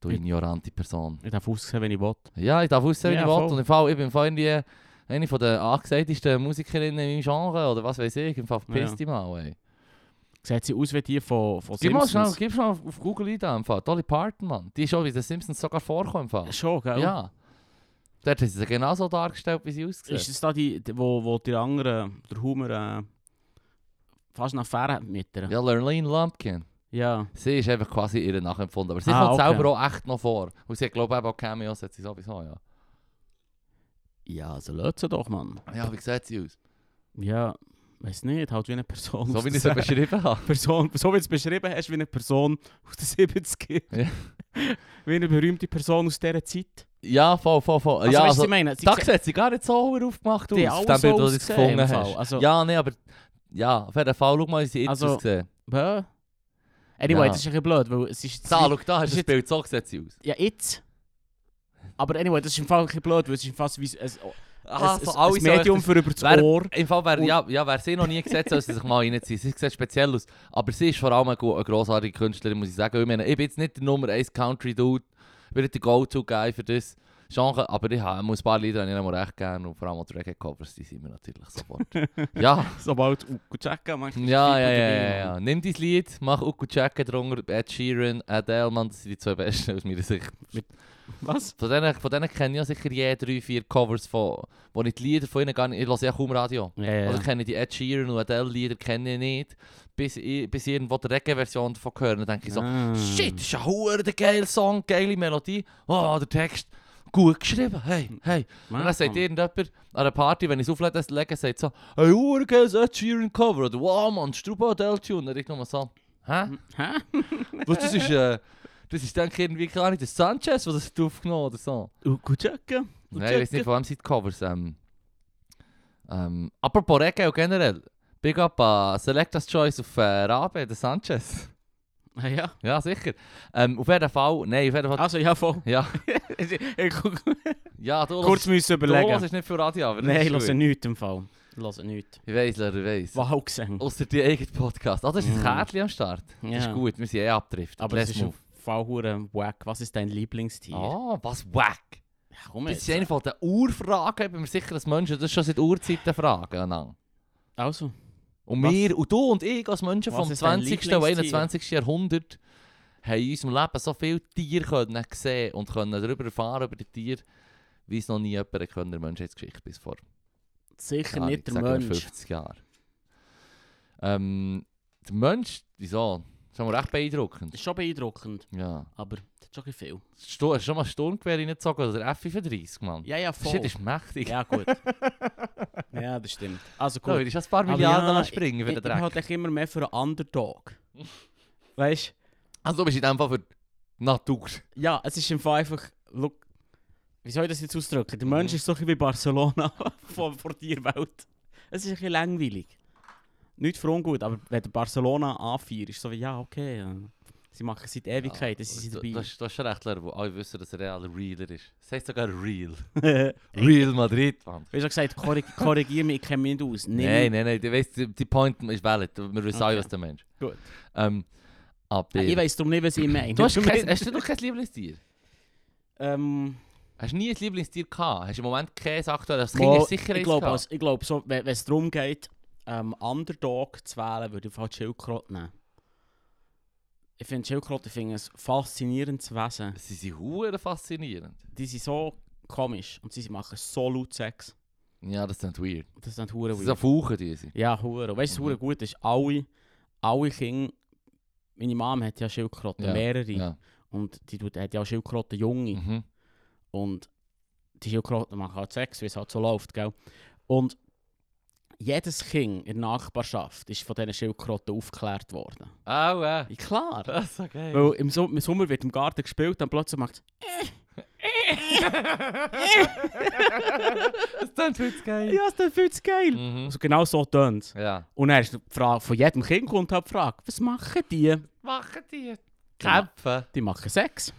Du ignorante Person.
Ich darf aussehen, wenn ich will.
Ja, ich darf aussehen, wie
Ja,
ich will.
voll.
Und im Fall, ich bin im Fall irgendwie eine von der angesagtesten Musikerinnen in meinem Genre oder was weiß ich. Im Fall verpiss
Ja.
dich mal, ey.
Sieht sie aus wie die von, von
Gib mal schnell,
Simpsons?
gib schnell auf auf Google ein, da, im Fall. Dolly Parton, Mann. Die ist auch wie den Simpsons sogar vorkommen, im Fall.
Schon, gell?
Ja. Dort haben sie sie genauso dargestellt, wie sie aussehen.
Ist das da die, die- wo, wo die andere, der Humor, äh, fast eine Affäre hat mit ihr?
Ja, Lurleen Lumpkin.
Ja.
Sie ist einfach quasi ihre nachempfunden. Aber sie
Ah,
kommt
okay.
selber auch echt noch vor. Und sie hat, glaube ich, auch Cameos, hat sie sowieso, ja.
Ja, so lädt sie doch, Mann.
Ja, wie sieht sie aus?
Ja, weiß nicht, halt wie eine Person. aus
So wie
der [laughs]
ich sie beschrieben habe.
Person, so wie du es beschrieben hast, wie eine Person aus den 70ern.
Ja.
[laughs] wie eine berühmte Person aus dieser Zeit.
Ja, voll, voll, voll.
Also,
ja,
weißt du,
also,
ich meine, sie
da
sehen-
sieht sie gar nicht so sauer aufgemacht aus,
Die
auf
alle
dem Bild,
so
das du jetzt
ausgesehen im
gefunden
Fall.
hast.
Also-
ja, nee, aber... Ja, auf jeden Fall, schau mal, wie sie jetzt
Also-
aussehen.
Bö. Anyway,
Ja.
das ist ein bisschen blöd, weil es ist...
Da, schau, da hast
ist
du das
jetzt-
Bild, so sieht sie aus.
Ja, jetzt. Aber anyway, das ist im Fall ein bisschen blöd, weil es ist fast wie ein, ein,
Aha,
ein,
so
ein
alle so
Medium
etwas-
für über das
Wer-
Ohr.
Im Fall, wer,
Und-
ja, ja, wer sie noch nie gesehen hat, soll sie sich mal reinziehen. Sie sieht speziell aus. Aber sie ist vor allem eine, gu- eine grossartige Künstlerin, muss ich sagen. Ich, meine, ich bin jetzt nicht der Nummer 1 Country Dude. Ich bin nicht der Go-To-Guy für das Genre. Aber ich habe muss ein paar Lieder, die ich noch recht gerne. Und vor allem auch die Reggae-Covers, die sind mir natürlich sofort. ja.
Sobald
oh,
du checken meinst
Ja, ja, ja, ja, ja. Nimm dein Lied, mach Uku Jacken drunter, Ed Sheeran, Adele, Mann, das sind die zwei Besten aus meiner Sicht.
Was?
Von denen, von denen kenne ich ja sicher je drei, vier Covers von, wo ich die Lieder von ihnen gar nicht, ich lasse ja kaum Radio.
Ja, ja.
Also kenne ich die Ed Sheeran und Adele Lieder kenne ich nicht, bis ich, bis ich irgendwo die Reggae-Version davon höre, dann denke ich so,
Ah.
shit, das ist ein hure der geile Song, geile Melodie, oh, der Text, gut geschrieben, hey, hey. Und dann sagt irgendjemand an einer Party, wenn ich es auflege, sagt so, hey, hure geiles Ed Sheeran Cover, oder wow, man, Struba Adele Tune, und ich nur so, hä?
Hä?
Was, das ist, äh, das ist dann irgendwie gar nicht der Sanchez, der das aufgenommen hat oder so.
Gut checken.
Nein, ich weiß nicht, vor allem sind die Covers. Ähm, ähm, apropos Reggae und generell. Big up an Selectors Choice auf äh, Rabe, der Sanchez. [laughs]
Ah, ja.
Ja, sicher. Ähm, auf jeden Fall, nein, auf jeden Fall.
Also,
[laughs]
ja, voll.
Ja,
ich guck-
ja, du
Kurz müssen überlegen.
ist nicht für Radio, aber das
Nein,
ist
ich
gut.
höre nichts im Fall. Ich höre nichts.
Ich weiss, Leute, ich weiss.
Wow gesehen.
Außer die eigene Podcast. Ah, das ist ein
Mhm.
Kärtchen am Start. Das ist
Ja. Ah,
gut, wir sind eh abtrifft.
Aber es
Let's
ist ein
move.
Fall hure wack. Was ist dein Lieblingstier?
Ah, was wack.
Ja, komm
Das
jetzt.
ist eine von den Urfragen, bin mir sicher, dass Menschen das schon seit Urzeiten fragen. einander.
Also,
Und
Was-
wir, und du und ich als Menschen
Was
vom
ist dein
20. und
Lieblingstier?
21. Jahrhundert haben in unserem Leben so viele Tiere können sehen und können darüber erfahren, über die Tiere, wie es noch nie jemand hat können in der Menschheitsgeschichte bis vor
sicher
keine
nicht der
Ahnung, sagen wir
Mensch.
50 Jahren. Ähm, der Mensch, wieso? Das ist schon mal recht beeindruckend.
Das ist schon beeindruckend,
Ja.
aber das ist schon ein viel.
Sto hast du schon mal ein Sturmgewehr reingezogen oder F35, Mann?
Ja, ja,
das
voll.
Shit ist mächtig.
ja, gut. [laughs] ja, das stimmt. Also
Da
gut.
würdest du ein paar
Aber
Milliarden
ja,
springen für
Ich
den
ich
Dreck.
bin halt echt immer mehr für einen Underdog. weißt du?
Also du bist in dem Fall für die Natur.
Ja, es ist im Fall einfach. Look, wie soll ich das jetzt ausdrücken? Der
Mhm.
Mensch ist so ein bisschen wie Barcelona [laughs] von, von der Welt. Es ist ein bisschen langweilig. Nicht für ungut, aber wenn der Barcelona anfeiert, ist so wie, ja, okay. ja. Sie machen seit Ewigkeit, das sind sie
Du, du,
dabei.
hast- du hast schon recht, Lerbo. oh, Alle wissen, dass Real ein Realer ist. Es heißt sogar Real.
[laughs] Weißt
Real Madrid, Mann.
du, ich hab gesagt, korrig korrigier mich, ich kenne mich nicht aus. Nimm
Nein, nein, nein. Du weißt, die, die Point ist valid. Wir wissen alle,
Okay.
was du meinst.
Gut.
Ähm, aber
Ich weiss darum nicht, was ich meine. [laughs]
du hast, kein, hast du doch kein Lieblingstier?
ähm,
Hast du nie ein Lieblingstier gehabt? Hast du im Moment kein aktuelles? Das Kind
mal,
ist sicher
ich
eins
glaube,
gehabt.
als, ich glaub, so, wenn es darum geht, ähm, Underdog zu wählen, würde ich auf jeden Fall die Schildkröte nehmen. Ich finde Schildkröte ich find ein faszinierendes Wesen.
Sie sind hure faszinierend.
Die sind so komisch und sie machen so laut Sex.
Ja, das sind weird.
Das ist dann
Das
hure
sind so
weird.
Fauchen, die sind.
Ja, hure. Und Weißt du, was hure
Mhm.
gut ist? Alle, alle Kinder, meine Mom hat ja Schildkröte,
Ja,
mehrere.
Ja.
Und die tut- hat ja auch Schildkröte Junge.
Mhm.
Und die Schildkröten machen halt Sex, wie es halt so läuft, gell? Und jedes Kind in der Nachbarschaft ist von diesen Schildkröten aufgeklärt worden.
Au, äh.
Ja, klar!
Das ist okay.
Weil im, Som- im Sommer wird im Garten gespielt, dann plötzlich macht es
das klingt heute geil.
«Ja, ist das fühlt sich geil!»
Mhm.
Also genau so tönt es.
Ja.
Und dann ist die Frage, von jedem Kind kommt halt die Frage, was machen die?
Machen die? Kämpfen?
Die machen Sex.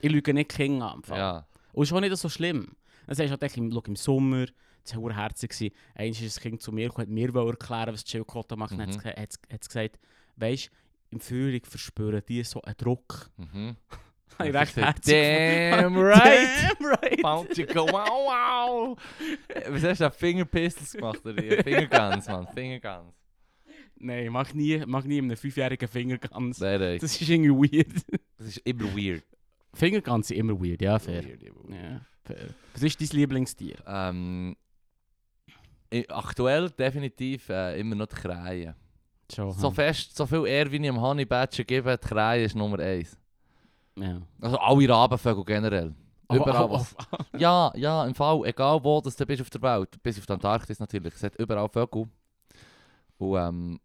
Ich lüge nicht die Kinder an. im Fall.
Ja.
Und es ist auch nicht so schlimm. Dann sagst du halt echt, im, schau, im Sommer, das war herzig. Eines ist ein Kind zu mir gekommen, hat mir wollte erklären, was die Schildkröte macht. Dann
Mhm. [laughs]
hat es gesagt, weisst im Frühling verspüren die so einen Druck.
Mhm.
Habe ich
Und
recht
ich sag,
herzig
Damn
gefunden.
right!
Damn [laughs] right!
Bountico, wow, wow! Äh, Was hast du da? Finger Pistols gemacht oder die? Fingerguns, Mann, Fingerguns.
Nein, mach nie, mach nie einem fünfjährigen Fingergans.
Nein, nein,
Das ist irgendwie weird. [laughs]
das ist immer weird.
Fingergans sind immer weird, ja, fair.
Weird, immer weird.
Ja, fair. Was ist dein Lieblingstier?
Ähm, i- aktuell definitiv äh, immer noch die Kreie.
Schon,
So
hm.
fest, so viel Ehr wie ich im Honey Badger gebe, die Kreie ist Nummer 1.
Ja. Oh,
Also alle Rabenvögel generell. Überall was. Ja, ja, im Fall, egal wo dass du bist auf der Welt, bis auf die Antarktis natürlich, es hat überall Vögel. Und ähm,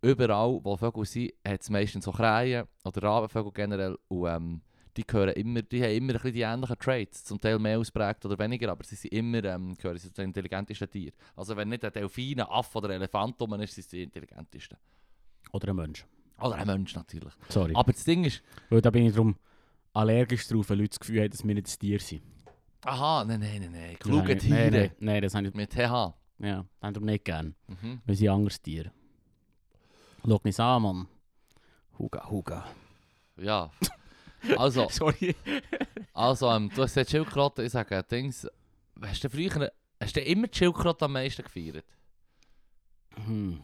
überall, wo Vögel sind, hat es meistens so Krähen oder Rabenvögel generell. Und ähm, die, gehören immer, die haben immer ein bisschen die ähnlichen Traits, zum Teil mehr ausprägt oder weniger, aber sie sind immer ähm, gehören sie zu den intelligentesten Tieren. Also wenn nicht ein Delfin, ein Affe oder ein Elefant rum ist, sind sie die intelligentesten.
Oder ein Mensch.
Oder ein Mensch natürlich.
Sorry.
Aber das Ding ist,
Weil da bin ich darum allergisch drauf, wenn Leute das Gefühl haben, dass wir nicht das Tier sind.
aha, nein, nein, nein, nein,
Das habe
kluge
ich-
Tiere
Nein, nein, nein, das habe ich,
mit TH.
ja, das habe ich darum nicht gern.
Mhm.
Wir sind ein anderes Tier. Schau mich an, Mann. Huga, Huga. [laughs]
Ja. Also,
Sorry.
Also, ähm, du hast gesagt Schildkröte, ich sage, Dings, hast du früher, hast du immer die Schildkröte am meisten gefeiert?
Hm.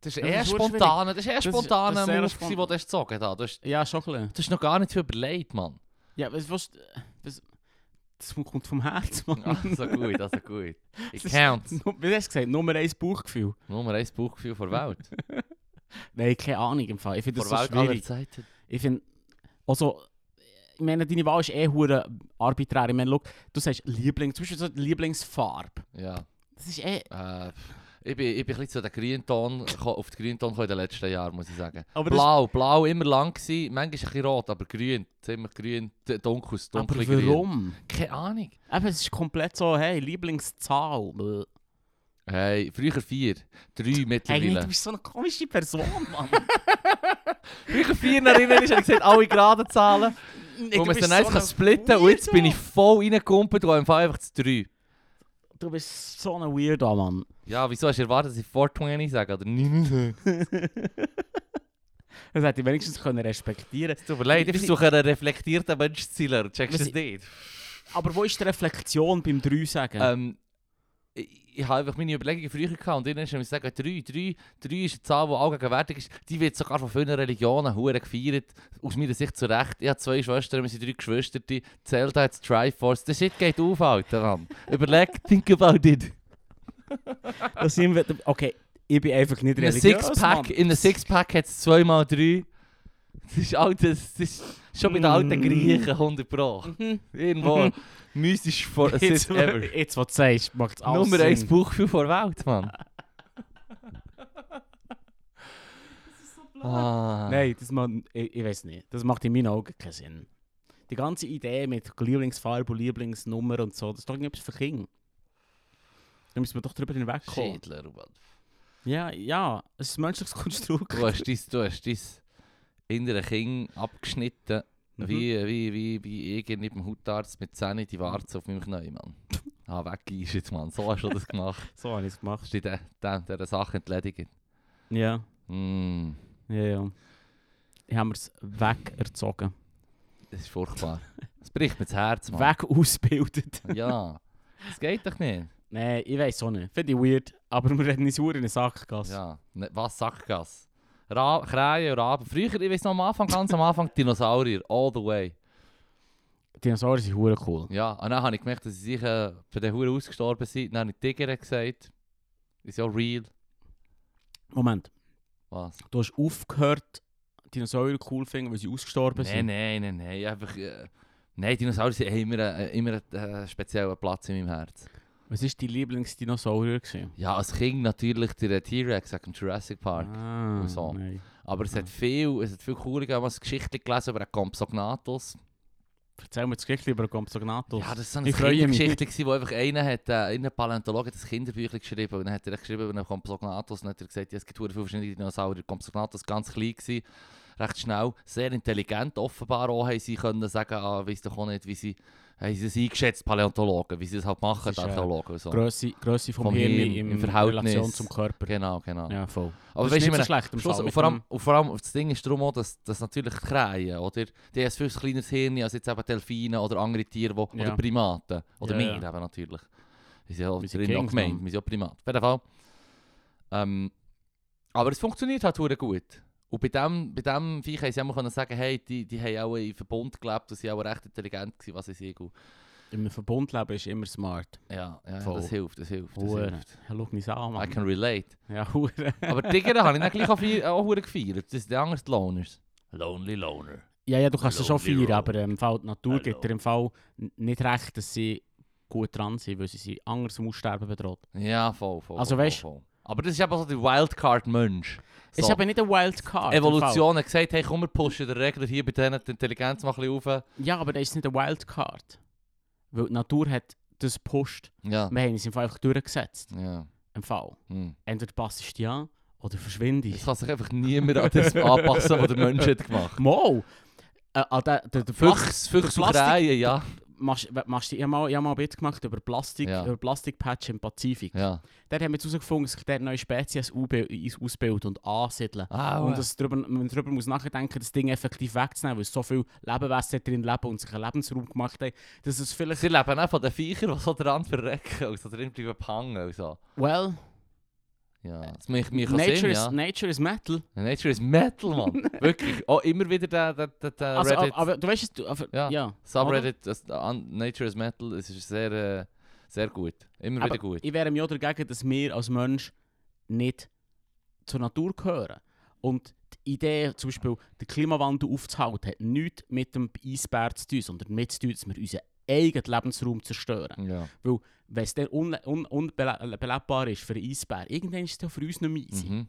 Das ist
Ja, das
eher
ist wirklich
spontan, das ist eher
Das ist-
spontan
das ist sehr
ein Move,
spontan.
gewesen, den du hast gezogen hast. Du hast.
Ja, schon ein bisschen.
Du hast noch gar nicht viel überlegt,
[laughs]
Mann.
Ja, was, was, was, das kommt vom Herz, Mann. [laughs]
Also gut, also gut. It
Das ist-
counts.
Nu- Wie hast du gesagt? Nummer 1 Bauchgefühl?
Nummer 1 Bauchgefühl vor Welt.
Nein, keine Ahnung im Fall. Ich finde das
vor
so
Welt aller
schwierig.
Zeiten.
Ich finde, also, ich meine, deine Wahl ist eh hure arbiträr. Ich meine, schau, du sagst Liebling, zum Beispiel so die Lieblingsfarbe.
Ja.
Das ist eh...
Äh, ich bin, ich bin ein bisschen zu den Grünton, auf den Grünton gekommen in den letzten Jahren, muss ich sagen.
Aber das,
Blau, blau immer lang gewesen, manchmal ein bisschen rot, aber grün, ziemlich grün, d- dunkles,
aber
dunkles
warum?
Keine Ahnung.
Eben, es ist komplett so, hey, Lieblingszahl. Bäh.
Hey, früher vier, drei
Eigentlich,
mittlerweile.
du bist so eine komische Person, [laughs] Mann.
Früher vier erinnere ich, habe gesagt, alle gerade Zahlen.
Nee,
Wo man es dann
so
eins kann
ein
splitten und jetzt bin ich
Weirdo.
voll reingekumpelt und einfach einfach zu drei.
Du bist so ein Weirdo, Mann.
Ja, wieso hast du erwartet, dass ich 420 sage oder 9?
Das hätte ich wenigstens können respektieren
Es tut mir leid, ich versuche einen reflektierten Mensch zu zielen. Checkst du
Was-
das nicht?
Aber wo ist die Reflexion beim 3 sagen?
Ähm, ich, ich habe einfach meine Überlegungen früher gehabt und dann ist mir sagen, 3, 3, 3 ist eine Zahl, die allgegenwärtig ist. Die wird sogar von vielen Religionen hure gefeiert. Aus meiner Sicht zu Recht. Ich habe zwei Schwestern, wir sind drei Geschwister, die Zelda hat das Triforce. Der Shit geht auf, Alter. Mann. Überleg, [laughs] think about it.
Da sind wir, okay, ich bin einfach nicht
In einem
religiös,
Sixpack,
Mann.
in einem Sixpack hat es zweimal drei. Das ist, alt, das, das ist schon bei den alten
Mm.
Griechen 100 Pro.
Mhm. [laughs]
Irgendwo mystisch for a
Jetzt,
sit ever.
jetzt, was du sagst, macht es alles
Nummer 1
Sinn.
Buchgefühl vor Welt, Mann. Ah.
Nein, das macht, ich, ich weiß nicht, das macht in meinen Augen keinen Sinn. Die ganze Idee mit Lieblingsfarbe und Lieblingsnummer und so, das ist doch irgendwas für Kinder. Da müssen wir doch drüber hinwegkommen.
Schädler, Mann.
Ja, ja, es ist ein menschliches Konstrukt.
Du hast dein, du hast dein innere Kind abgeschnitten,
Mhm.
wie, wie, wie, wie ich neben dem Hautarzt mit 10 die Warze auf meinem Knie,
[laughs]
Mann. Ah, weggeischt jetzt, Mann. So hast du das gemacht.
So habe ich es gemacht.
Hast du dir de- dieser Sache entledigt.
Ja,
Mm,
ja, ja. Ich habe es wegerzogen.
das ist furchtbar. Es bricht mir das Herz, Mann.
Weg ausgebildet.
Ja. Das geht doch nicht.
Nein, ich weiß auch nicht. Finde ich weird, aber wir reden nicht in den Sack gegessen.
Ja, ne, was Sackgasse? Ra Krähen und Raben. Früher, ich weiß noch am Anfang, ganz am Anfang, Dinosaurier, all the way.
Dinosaurier sind hure cool.
Ja, und dann habe ich gemerkt, dass sie sicher für den Huren ausgestorben sind. Dann habe ich Tiger gesagt. Ist ja real.
Moment,
Was?
du hast aufgehört, Dinosaurier cool zu finden, weil sie ausgestorben
Nein,
sind.
nein, nein, nein. Einfach, äh, nein, Dinosaurier haben immer, äh, immer einen äh, speziellen Platz in meinem Herz.
Was war dein Lieblingsdinosaurier? gewesen?
Ja, als Kind natürlich der T-Rex aus dem Jurassic Park.
Ah,
und so.
nein.
Aber es hat viel, es hat viel cooler gegeben. Ich habe mal eine Geschichte gelesen über einen Compsognathus.
Erzähl mir das Geschichte über Compsognathus.
Ja, das ist so eine
Ich freue mich.
Kindergeschichte, gewesen, wo einfach einer hat, äh, in Paläontologe hat ein Kinderbüchlein geschrieben und dann hat er geschrieben über einen Compsognathus und dann hat er gesagt, ja, es gibt verdammt viele verschiedene Dinosaurier. Der Compsognathus war ganz klein, gewesen, recht schnell sehr intelligent offenbar auch haben sie können sagen, ah, weiss doch auch nicht, wie sie, haben sie es eingeschätzt, Paläontologen, wie sie es halt machen,
Das ist, äh,
Archäologen und so.
Grösse, Grösse vom,
Vom
Hirn,
Hirn
im,
im Verhältnis.
Relation zum Körper.
Genau, genau.
Ja, Dus voll.
Aber
das
weißt du,
ist nicht so
ich meine,
schlecht im
Schluss,
Fall.
und,
mit
vor allem,
dem-
und vor allem, das Ding ist darum auch, dass, dass natürlich die Krähen, oder? Die haben ein viel kleines Hirn als jetzt eben Delfine oder andere Tiere, wo,
Ja.
oder Primaten. Oder
Ja,
wir
ja.
eben natürlich. Wir sind ja auch
Wir sind
drin auch
Kings,
gemeint,
Mann.
wir sind auch Primaten. Auf jeden Fall. Ähm, aber es funktioniert halt verdammt gut. Und bei dem, bei dem Viech haben sie auch können sagen, hey, die, die haben auch in dus Verbund gelebt und sie waren auch recht intelligent, gewesen, was ich sehe.
Im Verbundleben ist immer smart.
Ja, ja
Voll.
das hilft, das hilft. Das
Hure.
hilft.
Ja, schau mich an,
I
Mann.
can relate.
Ja, Hure.
Aber die Digger habe ich dann gleich auch feier- auch verdammt gefeiert. Das sind die anderen Loners. Lonely Loner.
Ja, ja, du kannst es schon
Lonely
feiern,
Road.
aber ähm, im Fall, die Natur
Hello.
gibt dir im Fall n- nicht recht, dass sie gut dran sind, weil sie sind anders vom Aussterben bedroht.
Ja, voll, voll.
Also
voll,
weisst-
voll, voll. Aber das ist eben so der Wildcard-Mensch. So.
Ist aber nicht eine Wildcard. im Fall.
Evolution hat gesagt, hey, komm, wir pushen den Regler hier bei denen, die Intelligenz mal ein bisschen rauf.
Ja, aber das ist nicht eine Wildcard. Weil die Natur hat das gepusht.
Ja,
Wir haben es im Fall einfach durchgesetzt.
ja.
Im Fall.
Hm.
Entweder passest du dich an oder verschwindest.
Es kann sich einfach niemand an das anpassen, was der Mensch hat gemacht.
Mal! Äh, an der, der, der Plastik-
Füchs, Füchs
der
und
Plastik-
Krähen, ja.
machst, we- machst, ich habe mal, ich hab mal ein Bit gemacht über Plastik,
Ja.
über Plastikpatch im Pazifik.
Ja.
Dort haben wir jetzt herausgefunden, dass sich der neue Spezies ausbe- aus- ausbildet und ansiedeln.
Ah,
Und dass darüber, man darüber muss nachdenken, das Ding effektiv wegzunehmen, weil so viele Lebewesen drin leben und sich einen Lebensraum gemacht haben, dass es vielleicht...
Sie leben auch von den Viechern, die so dran verrecken und so drin bleiben hängen und so.
Well,
Ja, das macht mich
nature,
Sinn,
is,
ja.
nature is metal.
Nature is Metal, Mann. Wirklich. Oh, immer wieder der, der, der, der
Also,
Äh, Reddit.
aber, aber du weißt es, du, aber,
Ja.
ja.
Subreddit, das, an- Nature is Metal, es ist sehr, äh, sehr gut. Immer
Aber
wieder gut.
Ich wäre mir auch dagegen, dass wir als Mensch nicht zur Natur gehören. Und die Idee, zum Beispiel den Klimawandel aufzuhalten, hat nichts mit dem Eisbär zu tun, sondern mit zu tun, dass wir unseren eigenen Lebensraum zerstören.
Ja.
Wenn es der unle- un unbelebbar ist für einen Eisbär, irgendwann ist es ja für uns nicht mehr easy.
Mhm.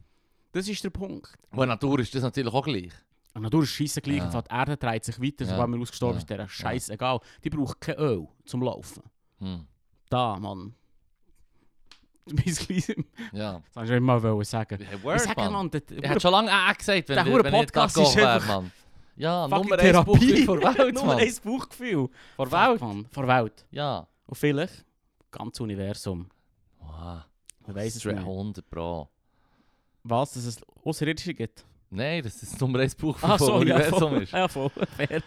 Das ist der Punkt.
Und Natur ist das natürlich auch gleich.
Und Natur ist scheisse gleich,
Ja.
einfach die Erde dreht sich weiter,
Ja.
sobald wir ausgestorben
Ja.
sind, der Scheiß egal. Die braucht kein Öl zum Laufen.
Hm.
Da, Mann. [laughs] Mein kleines...
Ja.
Das wollte ich immer mal sagen.
Hey,
Ich
word,
sag
man.
man,
Ich hätte schon lange A gesagt, wenn,
Der
wir-
hure
wenn ich da
Podcast
gegangen
ist
wäre,
einfach
Mann. Ja,
Fucking
Nummer 1 Buchgefühl
Therapie.
vor
[laughs]
Welt,
Nur
Mann.
ein Bauchgefühl.
Vor Welt.
Mann, vor Welt.
Ja.
Und vielleicht ganz Universum.
Wow.
Man weiss es
Straight
nicht.
100 Pro.
Was, dass es Außerirdische gibt?
Nein, das ist das Nummer 1 Buch vom
[laughs] Ah, so, ja,
Universum
voll.
ist.
Ja, [laughs] voll. Fair.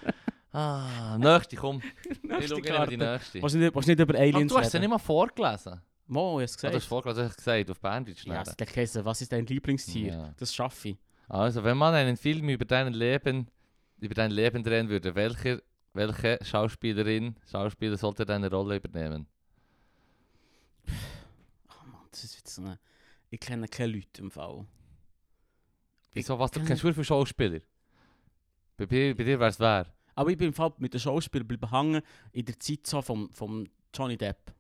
Ah, nächste, komm. Ich schaue
Nächste
immer die
Karte.
nächste.
Willst du nicht, willst du nicht über
Aber
Aliens
du hast es nicht mal vorgelesen.
Mo, ich hab's
Ah, Du hast
gesagt.
vorgelesen, du hast gesagt, auf Bandage
Ja,
lernen.
es hat geheißen, was ist dein Lieblingstier?
Ja.
Das schaffe ich.
Also, wenn man einen Film über dein Leben, über dein Leben drehen würde, welcher, welche Schauspielerin, Schauspieler sollte deine Rolle übernehmen?
Oh Mann, das ist jetzt so eine... Ich kenne keine Leute im Fall.
Wieso, was, du
kenn-
kennst schon viele Schauspieler? Bei, dir- bei dir wäre es wer?
Aber ich bin im Fall mit den Schauspielern geblieben hängen in der Zeit so vom, vom Johnny Depp. nou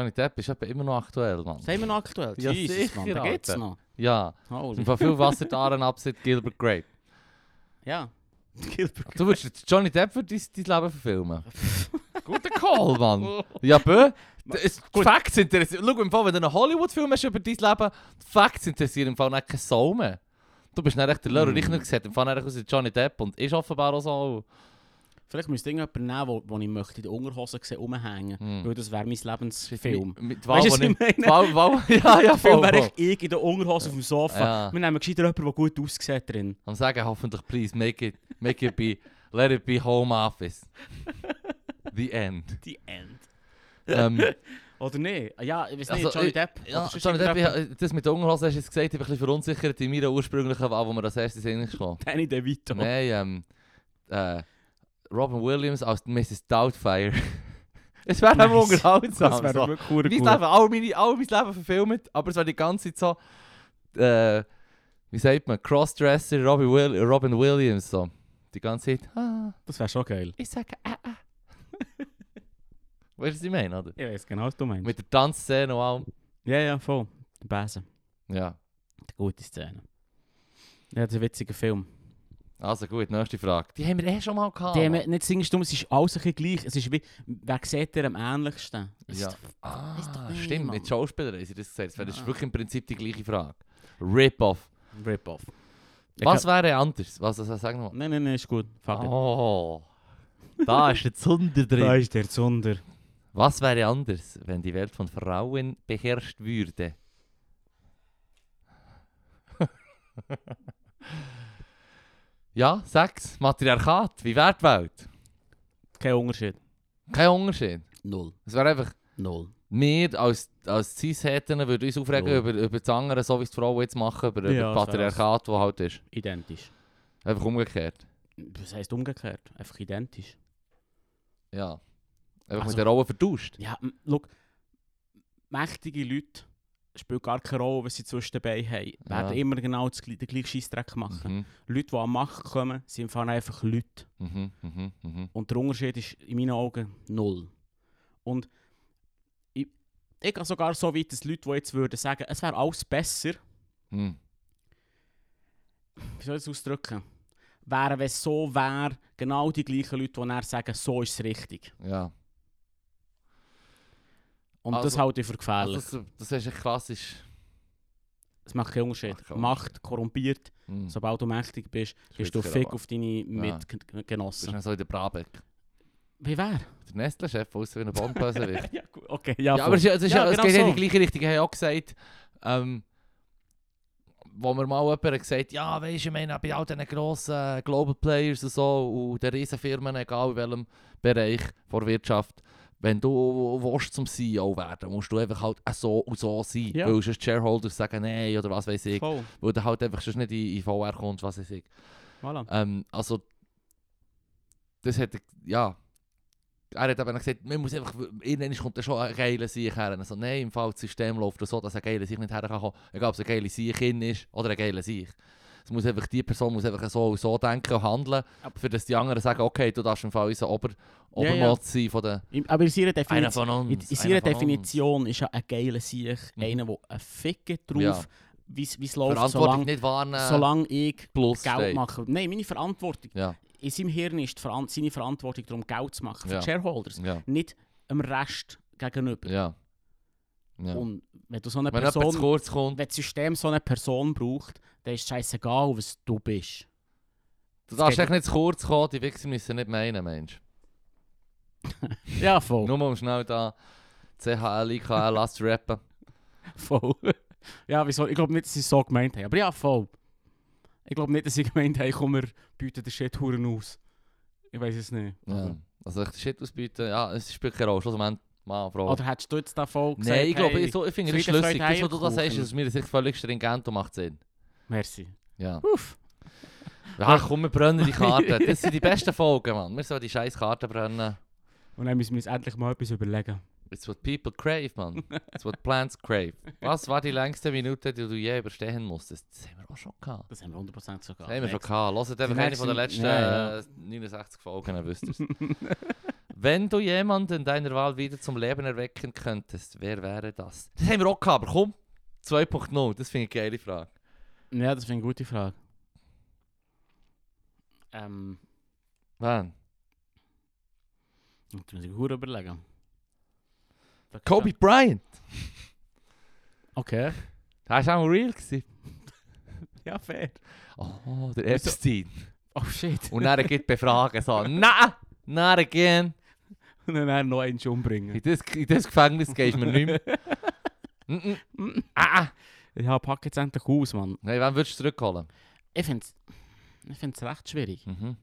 Johnny Depp ist etwa immer noch aktuell, Mann.
Sind wir noch aktuell?
Ja,
Jesus, Mann,
sicher,
da geht's
Alter.
noch.
Ja,
Holy.
von viel Wasser die Aaren absieht, Gilbert Grape.
Ja. Gilbert
Du würdest Johnny Depp für dein, dein Leben
[laughs]
verfilmen. Guter Call, Mann. Ja, bö. D- es- Die Facts interessieren. Schau, im Fall, wenn du einen Hollywood-Film hast über dein Leben, die Facts interessieren im Fall nicht keine Sau mehr. Du bist nicht echt der Lörrer
Mm.
Richner gesehen, im Fall nicht echt aus Johnny Depp und ist offenbar auch so.
Vielleicht müsste ich irgendjemanden nehmen, wo, wo ich möchte in der Unterhose gesehen rumhängen.
Hm.
Weil das wäre mein Lebensfilm.
Mit, mit Wahl,
Weißt du,
wo
was ich
nicht-
meine?
Wahl, Wahl, [laughs] ja, ja,
[laughs] Film
voll.
wäre
voll.
ich, ich in der Unterhose auf dem Sofa.
Ja.
Wir nehmen gescheiter jemanden, der gut aussieht drin.
Am sagen hoffentlich, please make it, make it be, let it be home office. The end.
Die End.
Ähm,
Oder nee? Ah Ja, ich weiß nicht,
Also,
Johnny
ich-
Depp.
ja,
Oder sonst
Johnny Depp,
irgendjemand.
ich- das mit der Unterhose hast du jetzt gesagt, ich bin ein bisschen verunsichert in meiner ursprünglichen Wahl, wo mir das erste Sinn ist gekommen.
[laughs] Danny DeVito.
Nein, ähm, äh, Robin Williams als Mrs. Doubtfire. [laughs] es wäre einfach
Nice.
unterhaltsam.
Das wäre
so.
wirklich cool.
Mein Leben, all, meine, all mein Leben verfilmt, aber es war die ganze Zeit so, äh, wie sagt man, Crossdresser Robin, Will Robin Williams. So. Die ganze Zeit, ah,
Das wäre schon geil.
ich sage, ah, ah. weißt du, was ich meine, oder?
Ich weiß genau, was du meinst.
Mit der Tanzszene und allem.
Ja, ja, voll. Der Besen.
Ja,
Die gute Szene. Ja, das ist ein witziger Film.
also gut, nächste Frage. Die haben wir eh schon mal gehabt.
Die haben nicht singst es ist alles ein bisschen gleich. Es ist wie, wer sieht dir am ähnlichsten? Es
Ja.
ist-
Ah,
Weiss doch nicht,
stimmt,
Mann. Ah.
mit Schauspielern haben sie das gesagt. Das wäre- das ist
Ja.
wirklich im Prinzip die gleiche Frage. Rip-off.
Rip-off.
Was wäre anders? Was, was sagen wir mal?
Nein, nein, nein, ist gut. Fuck it.
Oh, da ist ein Zunder
Ah, Da
drin.
ist der Zunder.
Was wäre anders, wenn die Welt von Frauen beherrscht würde? [laughs] ja, Sex, Matriarchat, wie wäre die Welt?
Kein Unterschied.
Kein Unterschied.
Null.
Es wäre einfach,
Null.
wir als, als Cis-Hetten würden uns aufregen
Ja.
über, über das andere, so wie es die Frauen jetzt machen, über, über
Ja,
das Patriarchat, das halt ist.
Identisch.
Einfach umgekehrt.
Das heisst umgekehrt. Einfach identisch.
Ja. Einfach
Also-
mit der Rolle vertauscht.
Ja, m- schau. Mächtige Leute spielen gar keine Rolle, was sie zwischen den Beinen haben. Werden immer genau das, gl- den gleichen Scheissdreck machen.
Mhm,
Leute, die an die Macht kommen, sind im Fall einfach Leute.
mhm, mhm, mhm.
Und der Unterschied ist in meinen Augen null. Und ich, ich gehe sogar so weit, dass Leute, die jetzt würden sagen, es wäre alles besser,
Mhm.
wie soll ich das ausdrücken, wären, wenn es so wäre, genau die gleichen Leute, die dann sagen, so ist es richtig.
Ja.
Und das
Also-
halte ich für gefährlich.
Also, das, das ist ein klassisch.
es macht keinen Unterschied.
Macht keinen
Macht korrumpiert,
Mhm.
sobald du mächtig bist, bist du
wirklich
fick
aber-
auf deine
Das
Mitgenossen.
ist so in der Brabeck.
Wie wäre?
Der Nestle-Chef, außer wie ein Bombösewicht.
Ja, gut, okay,
[laughs]
ja,
ja, aber es, ist ja- es, ist,
Ja,
ja, es
genau
geht ja in
so.
die gleiche Richtung. Ich habe ja auch gesagt, ähm, wo mir mal jemand gesagt hat, ja, weisst du, ich meine, bei all diesen grossen eh, Global Players und so und den Riesenfirmen, egal in welchem Bereich der Wirtschaft, wenn du willst zum CEO werden, musst du einfach halt auch so und so sein.
Ja.
Weil sonst die Shareholders sagen, nein, oder was weiß ich.
voll.
Weil du halt einfach sonst nicht in, in VR kommst, was weiß ich.
Voilà.
Ähm, also, das hat er, ja. Er hat eben gesagt, man muss einfach, irgendwann kommt dann schon ein geiler Sieg her. Also, nein, im Fall das System läuft so, dass ein geiler Sieg nicht her kann kommen. Egal, ob es ein geiler Sieg in ist oder ein geiler Sieg. Es muss einfach, die Person muss einfach so und so denken und handeln,
Ab-
für dass die anderen sagen, okay, du darfst im Fall unser Ober,
Ja, ja.
Obermotz sein von den...
Im- Aber in ihrer Definition...
von uns.
In, in seiner Definition ist ja ein geiler Sieg
Mhm.
einer, der einen Ficken
Ja.
drauf, wie es läuft,
Verantwortung
solange,
nicht wahrnehmen,
solange ich
plus
Geld
steht.
mache. Nein, meine Verantwortung.
Ja,
In seinem Hirn ist die Veran seine Verantwortung darum, Geld zu machen für
Ja.
die Shareholders.
ja,
Nicht dem Rest gegenüber.
ja. ja.
Und wenn du so eine
Wenn jemand zu
Person,
kurz kommt,
wenn das System so eine Person braucht, dann ist es scheißegal, was du bist.
Du darfst
geht-
echt nicht zu kurz kommen, die Wichser müssen nicht meinen, Mensch.
Ja, voll.
Nur um schnell da
[laughs]
CHLIKL zu rappen.
voll. [laughs] ja, wieso? Ich glaube nicht, dass sie es so gemeint haben. Aber ja, voll. Ich glaube nicht, dass sie gemeint haben, komm, wir bieten den Shit Huren aus. Ich weiß es nicht.
Ja. Also ich Shit ausbieten, ja, es spielt keine Rolle. Schlussendlich, Mann, Frau.
Oder hättest du jetzt da voll gesagt,
Nein, ich glaube,
hey,
ich, so, ich finde es
Friede,
schlüssig.
Freude,
Das, was du da
Eierkuchen.
sagst, ist aus meiner Sicht völlig stringent und macht Sinn.
Merci.
Ja.
Uff.
Ach komm, wir brennen die
[laughs]
Karten. Das sind die besten Folgen, Mann. Wir sollen die scheiß Karten brennen.
Und dann müssen wir uns endlich mal etwas überlegen.
It's what people crave, Mann. It's what plants crave. Was war die längste Minute, die du je überstehen musstest? Das haben wir auch schon gehabt.
Das haben wir 100% sogar.
Das haben wir schon gehabt. Hört einfach eine
nächste-
von den letzten
Ja, ja.
äh, 69 Folgen, dann [laughs] wisst ihr's. Wenn du jemanden deiner Wahl wieder zum Leben erwecken könntest, wer wäre das? Das haben wir auch gehabt, aber komm, 2.0, das finde ich eine geile Frage.
Ja, das finde ich eine gute Frage. Ähm,
Wann?
jetzt muss ich gut überlegen. Fuck,
Kobe Bryant!
Okay.
Das war auch real. Gewesen.
Ja, fair.
Oh, der Epstein. [laughs]
Oh shit.
Und dann geht befragen [laughs] so, na, na again.
Und dann noch einen umbringen.
In das, in das Gefängnis gehst du mir nicht mehr. [laughs] Mm, mm.
Ah! Ja, pack jetzt endlich aus, Mann.
Nein, wann würdest du zurückholen?
Ich finde es ich find's recht schwierig.
Mhm.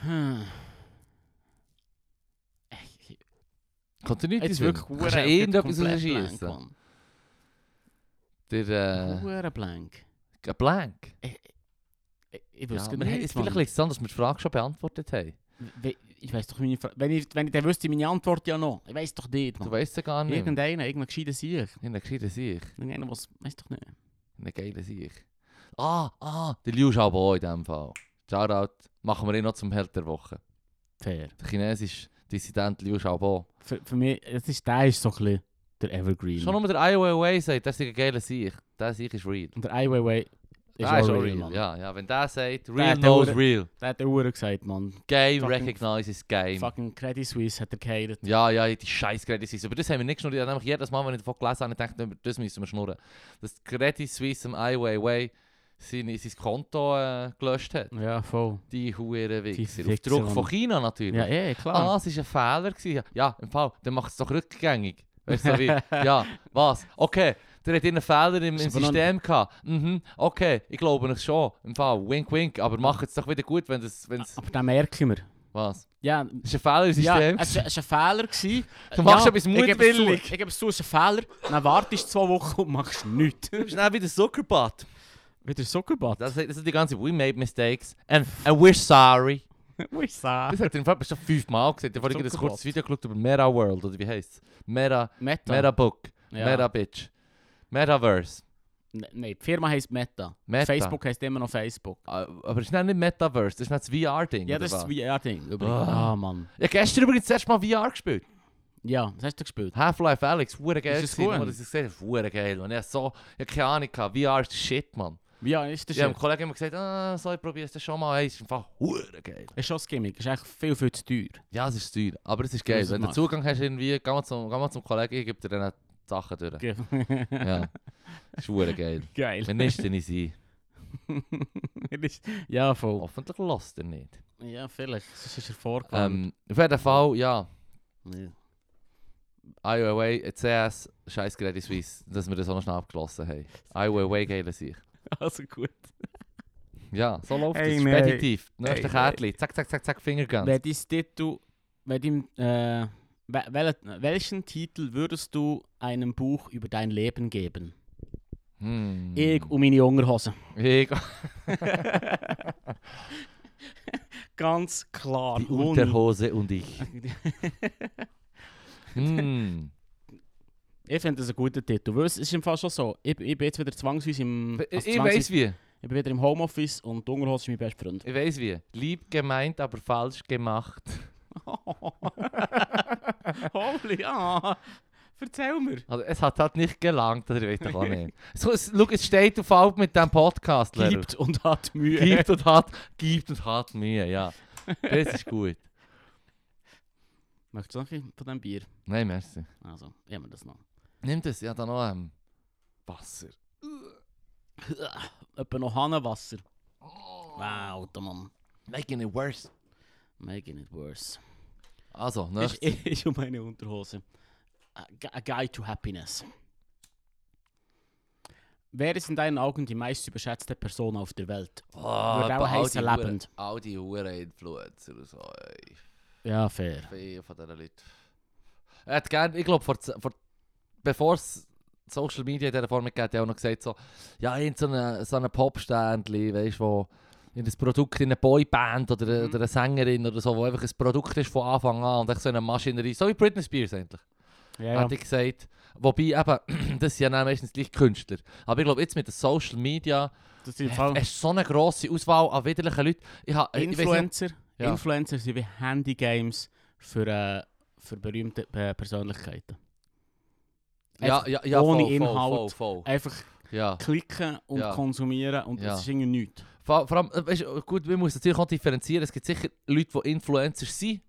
Hm. Ich- ich-
Continuity
Jetzt wirklich
Kannst du
verdammt
irgendetwas
komplett blank,
rausschiessen?
Mann.
Der, äh,
Verdammt blank. Eh,
ein Blank.
Ich-
Ja,
Ich weiß
wir
ja,
haben-
nicht,
vielleicht
Mann.
liegt es daran, dass wir die Frage schon beantwortet haben.
We- Ich weiß doch meine Fra wenn ich, wenn ich dann wüsste, meine Antwort ja nou. noch. Ich weiß doch nicht,
Du
Mann.
weißt es gar nicht. Irgendein
Irgendeiner, irgendein gescheiter Sieg.
gescheiter Sieg.
Irgendeiner, was, weiß doch nicht.
Ein geiler Sieg. Ah, ah, der Liu Xiaobo in diesem Fall. Shoutout. Machen wir ihn noch zum Held der Woche.
Fair.
Der chinesische Dissident Liu Xiaobo.
Für, für mich, das ist, der ist so ein bisschen der Evergreen.
Schon nur der Ai Weiwei sagt, das ist ein geiler Sieg. Der Sieg ist real.
Und der Ai Weiwei ist
Der
auch real, Mann.
Ah, Ja, ja, wenn der sagt, real
hat
knows
auch-
real.
Der hat auch gesagt, Mann.
Game
Fucking-
recognizes game.
Fucking Credit Suisse hat er gehatet.
Ja, ja, die scheiß Credit Suisse. Aber das haben wir nicht geschnurrt. Ich habe nämlich jedes Mal, wenn ich davon gelesen habe, gedacht, über das müssen wir schnurren. Dass die Credit Suisse am Ai Weiwei seine, sein Konto äh, gelöscht hat.
Ja, voll.
Die hure Wichser. Auf
Wichser,
Druck von
Mann.
China natürlich.
Ja, eh, klar.
ah, es war ein Fehler. Gewesen. Ja, im Fall, dann macht es doch rückgängig. Weißt du, so
[laughs]
wie, ja, was? Okay, der hat einen Fehler im, im
Ist aber noch-
System gehabt. Mhm, okay, ich glaube es schon. Im Fall, wink, wink, aber mach es doch wieder gut, wenn es, wenn es,
Aber dann merken wir.
was?
Ja,
Es ist ein Fehler im
Ah. ja
System.
es war
[laughs]
ein Fehler. Gewesen.
Du machst
ja,
etwas
ich gebe es zu,
mutwillig.
Ich gebe es zu, es ist ein Fehler. Dann wartest du zwei Wochen [laughs] und machst nichts.
Du bist dann wieder Zuckerbad.
Wieder Zuckerbad.
Das, das ist die ganze «We made mistakes and, and we're [laughs] sorry».
[laughs] Ui, sah.
Das hat er im Fall schon fünfmal gesagt. Ich habe vorhin ein
Zuckerbot.
kurzes Video geschaut über Meta World, oder wie heisst es? Meta,
Meta.
Meta Book,
Ja.
Meta Bitch, Metaverse.
Ne- Nein, die Firma heisst Meta.
Meta.
Facebook heisst immer noch Facebook.
Ah, Aber ist nicht Metaverse, das ist nicht das VR-Ding.
Ja, das ist
oder
das
was?
VR-Ding. übrigens.
Ah.
Ah, Mann.
Ich habe gestern übrigens das erste Mal VR gespielt.
Ja, was hast du gespielt?
Half-Life Alex, hure geil.
Ist es
gewesen,
gut?
Als ich das gesehen habe, hure geil. Und ich hatte so, ich hatte keine Ahnung, gehabt. VR ist Shit, Mann.
Ja, ist das
Ich habe
ja,
dem Kollegen immer gesagt, ah, so, ich probiere es dann schon mal. Ey, es ist einfach hure geil.
ist schon ein Gimmick. Ist echt viel, viel zu teuer. [laughs]
Ja, es ist teuer, aber es ist geil.
es
Wenn du
machen.
Zugang hast, irgendwie, geh mal zum, geh mal zum Kollegen, ich gebe dir dann die Sachen durch.
[laughs]
Ja, ist hure geil.
Geil. [laughs]
Wenn nicht, dann ist sie.
ja, voll.
Hoffentlich lässt er nicht.
Ja, vielleicht. Sonst ist er vorgekommen.
Ähm, auf jeden Fall, ja,
Ja.
I Weiwei, CS, scheiß Gerät in Swiss, dass wir das auch noch schnell abgeschlossen haben. I Weiwei geilen sich.
Also gut.
Ja, so läuft
Hey,
es.
nein.
Speditiv. Nächste
Hey,
Kärtchen. Zack, zack, zack, zack, Finger
Wenn dein Titel. Wenn dein, äh, wel- wel- welchen Titel würdest du einem Buch über dein Leben geben?
Hm.
Ich und meine Unterhosen.
Ich.
[laughs] Ganz klar.
Die
ohne-
Unterhose und
[laughs]
ich. Hm.
Ich finde das einen guten Titel. Weil es ist im Fall schon so. Ich, ich bin jetzt wieder zwangsweise im. also
Ich, ich
zwangsweise-
weiß wie.
ich bin wieder im Homeoffice und die Unterhose ist mein
[laughs]
bester Freund.
Ich weiß wie. Lieb gemeint, aber falsch gemacht.
Holy, ja. Erzähl mir.
Also, es hat halt nicht gelangt, oder ich weiß doch auch nicht.
[laughs]
So, es, schau, es steht und fällt mit diesem Podcast. Lehrer.
Gibt und hat Mühe. [laughs]
gibt und hat, gibt und hat Mühe, ja. Das ist gut.
Möchtest du noch ein bisschen von diesem Bier? Ah,
Nein, merci.
Also, ich habe mir das noch.
Nimm das, ja, dann noch ähm, Wasser.
Etwa noch Hannenwasser. Wow, alter Mann.
Making it worse.
Making it worse.
Also, ne?
Ich, ich, ich und meine Unterhose. A, gu- a Guide to Happiness. Wer ist in deinen Augen die meist überschätzte Person auf der Welt?
Oh,
auch
aber all
heissen
die Huren-
lebend.
All die Huren Influencer und so, ey.
Ja, fair.
Viele von diesen Leuten. Er hat gerne, ich glaube, vor, z- vor, bevor es Social Media in dieser Form gegeben hat, hat er auch noch gesagt, so, ja, in so einem so eine Popständli, weißt du, wo in das Produkt in eine Boyband oder, eine-
Mhm.
oder eine Sängerin oder so, wo einfach ein Produkt ist von Anfang an und echt so eine Maschinerie, so wie Britney Spears eigentlich.
Ja,
hätte ich gesagt. Wobei eben, [clears throat] das sind ja dann meistens gleich Künstler. Aber ich glaube, jetzt mit den Social Media
Das ist im
hast
Fall
du so eine grosse Auswahl an widerlichen Leuten. Ich ha, ich Äh, weiss nicht-
Influencer.
Ja.
Influencer sind wie Handygames für, äh, für berühmte äh, Persönlichkeiten.
ja,
Einfach
ja, ja,
ohne
voll, Voll,
Inhalt.
voll, voll.
Einfach
Ja.
klicken und
Ja.
konsumieren und
Ja.
das ist irgendwie nichts.
Vor, vor allem, äh, weisst du, gut, wir müssen natürlich auch differenzieren. Es gibt sicher Leute, die Influencer sind,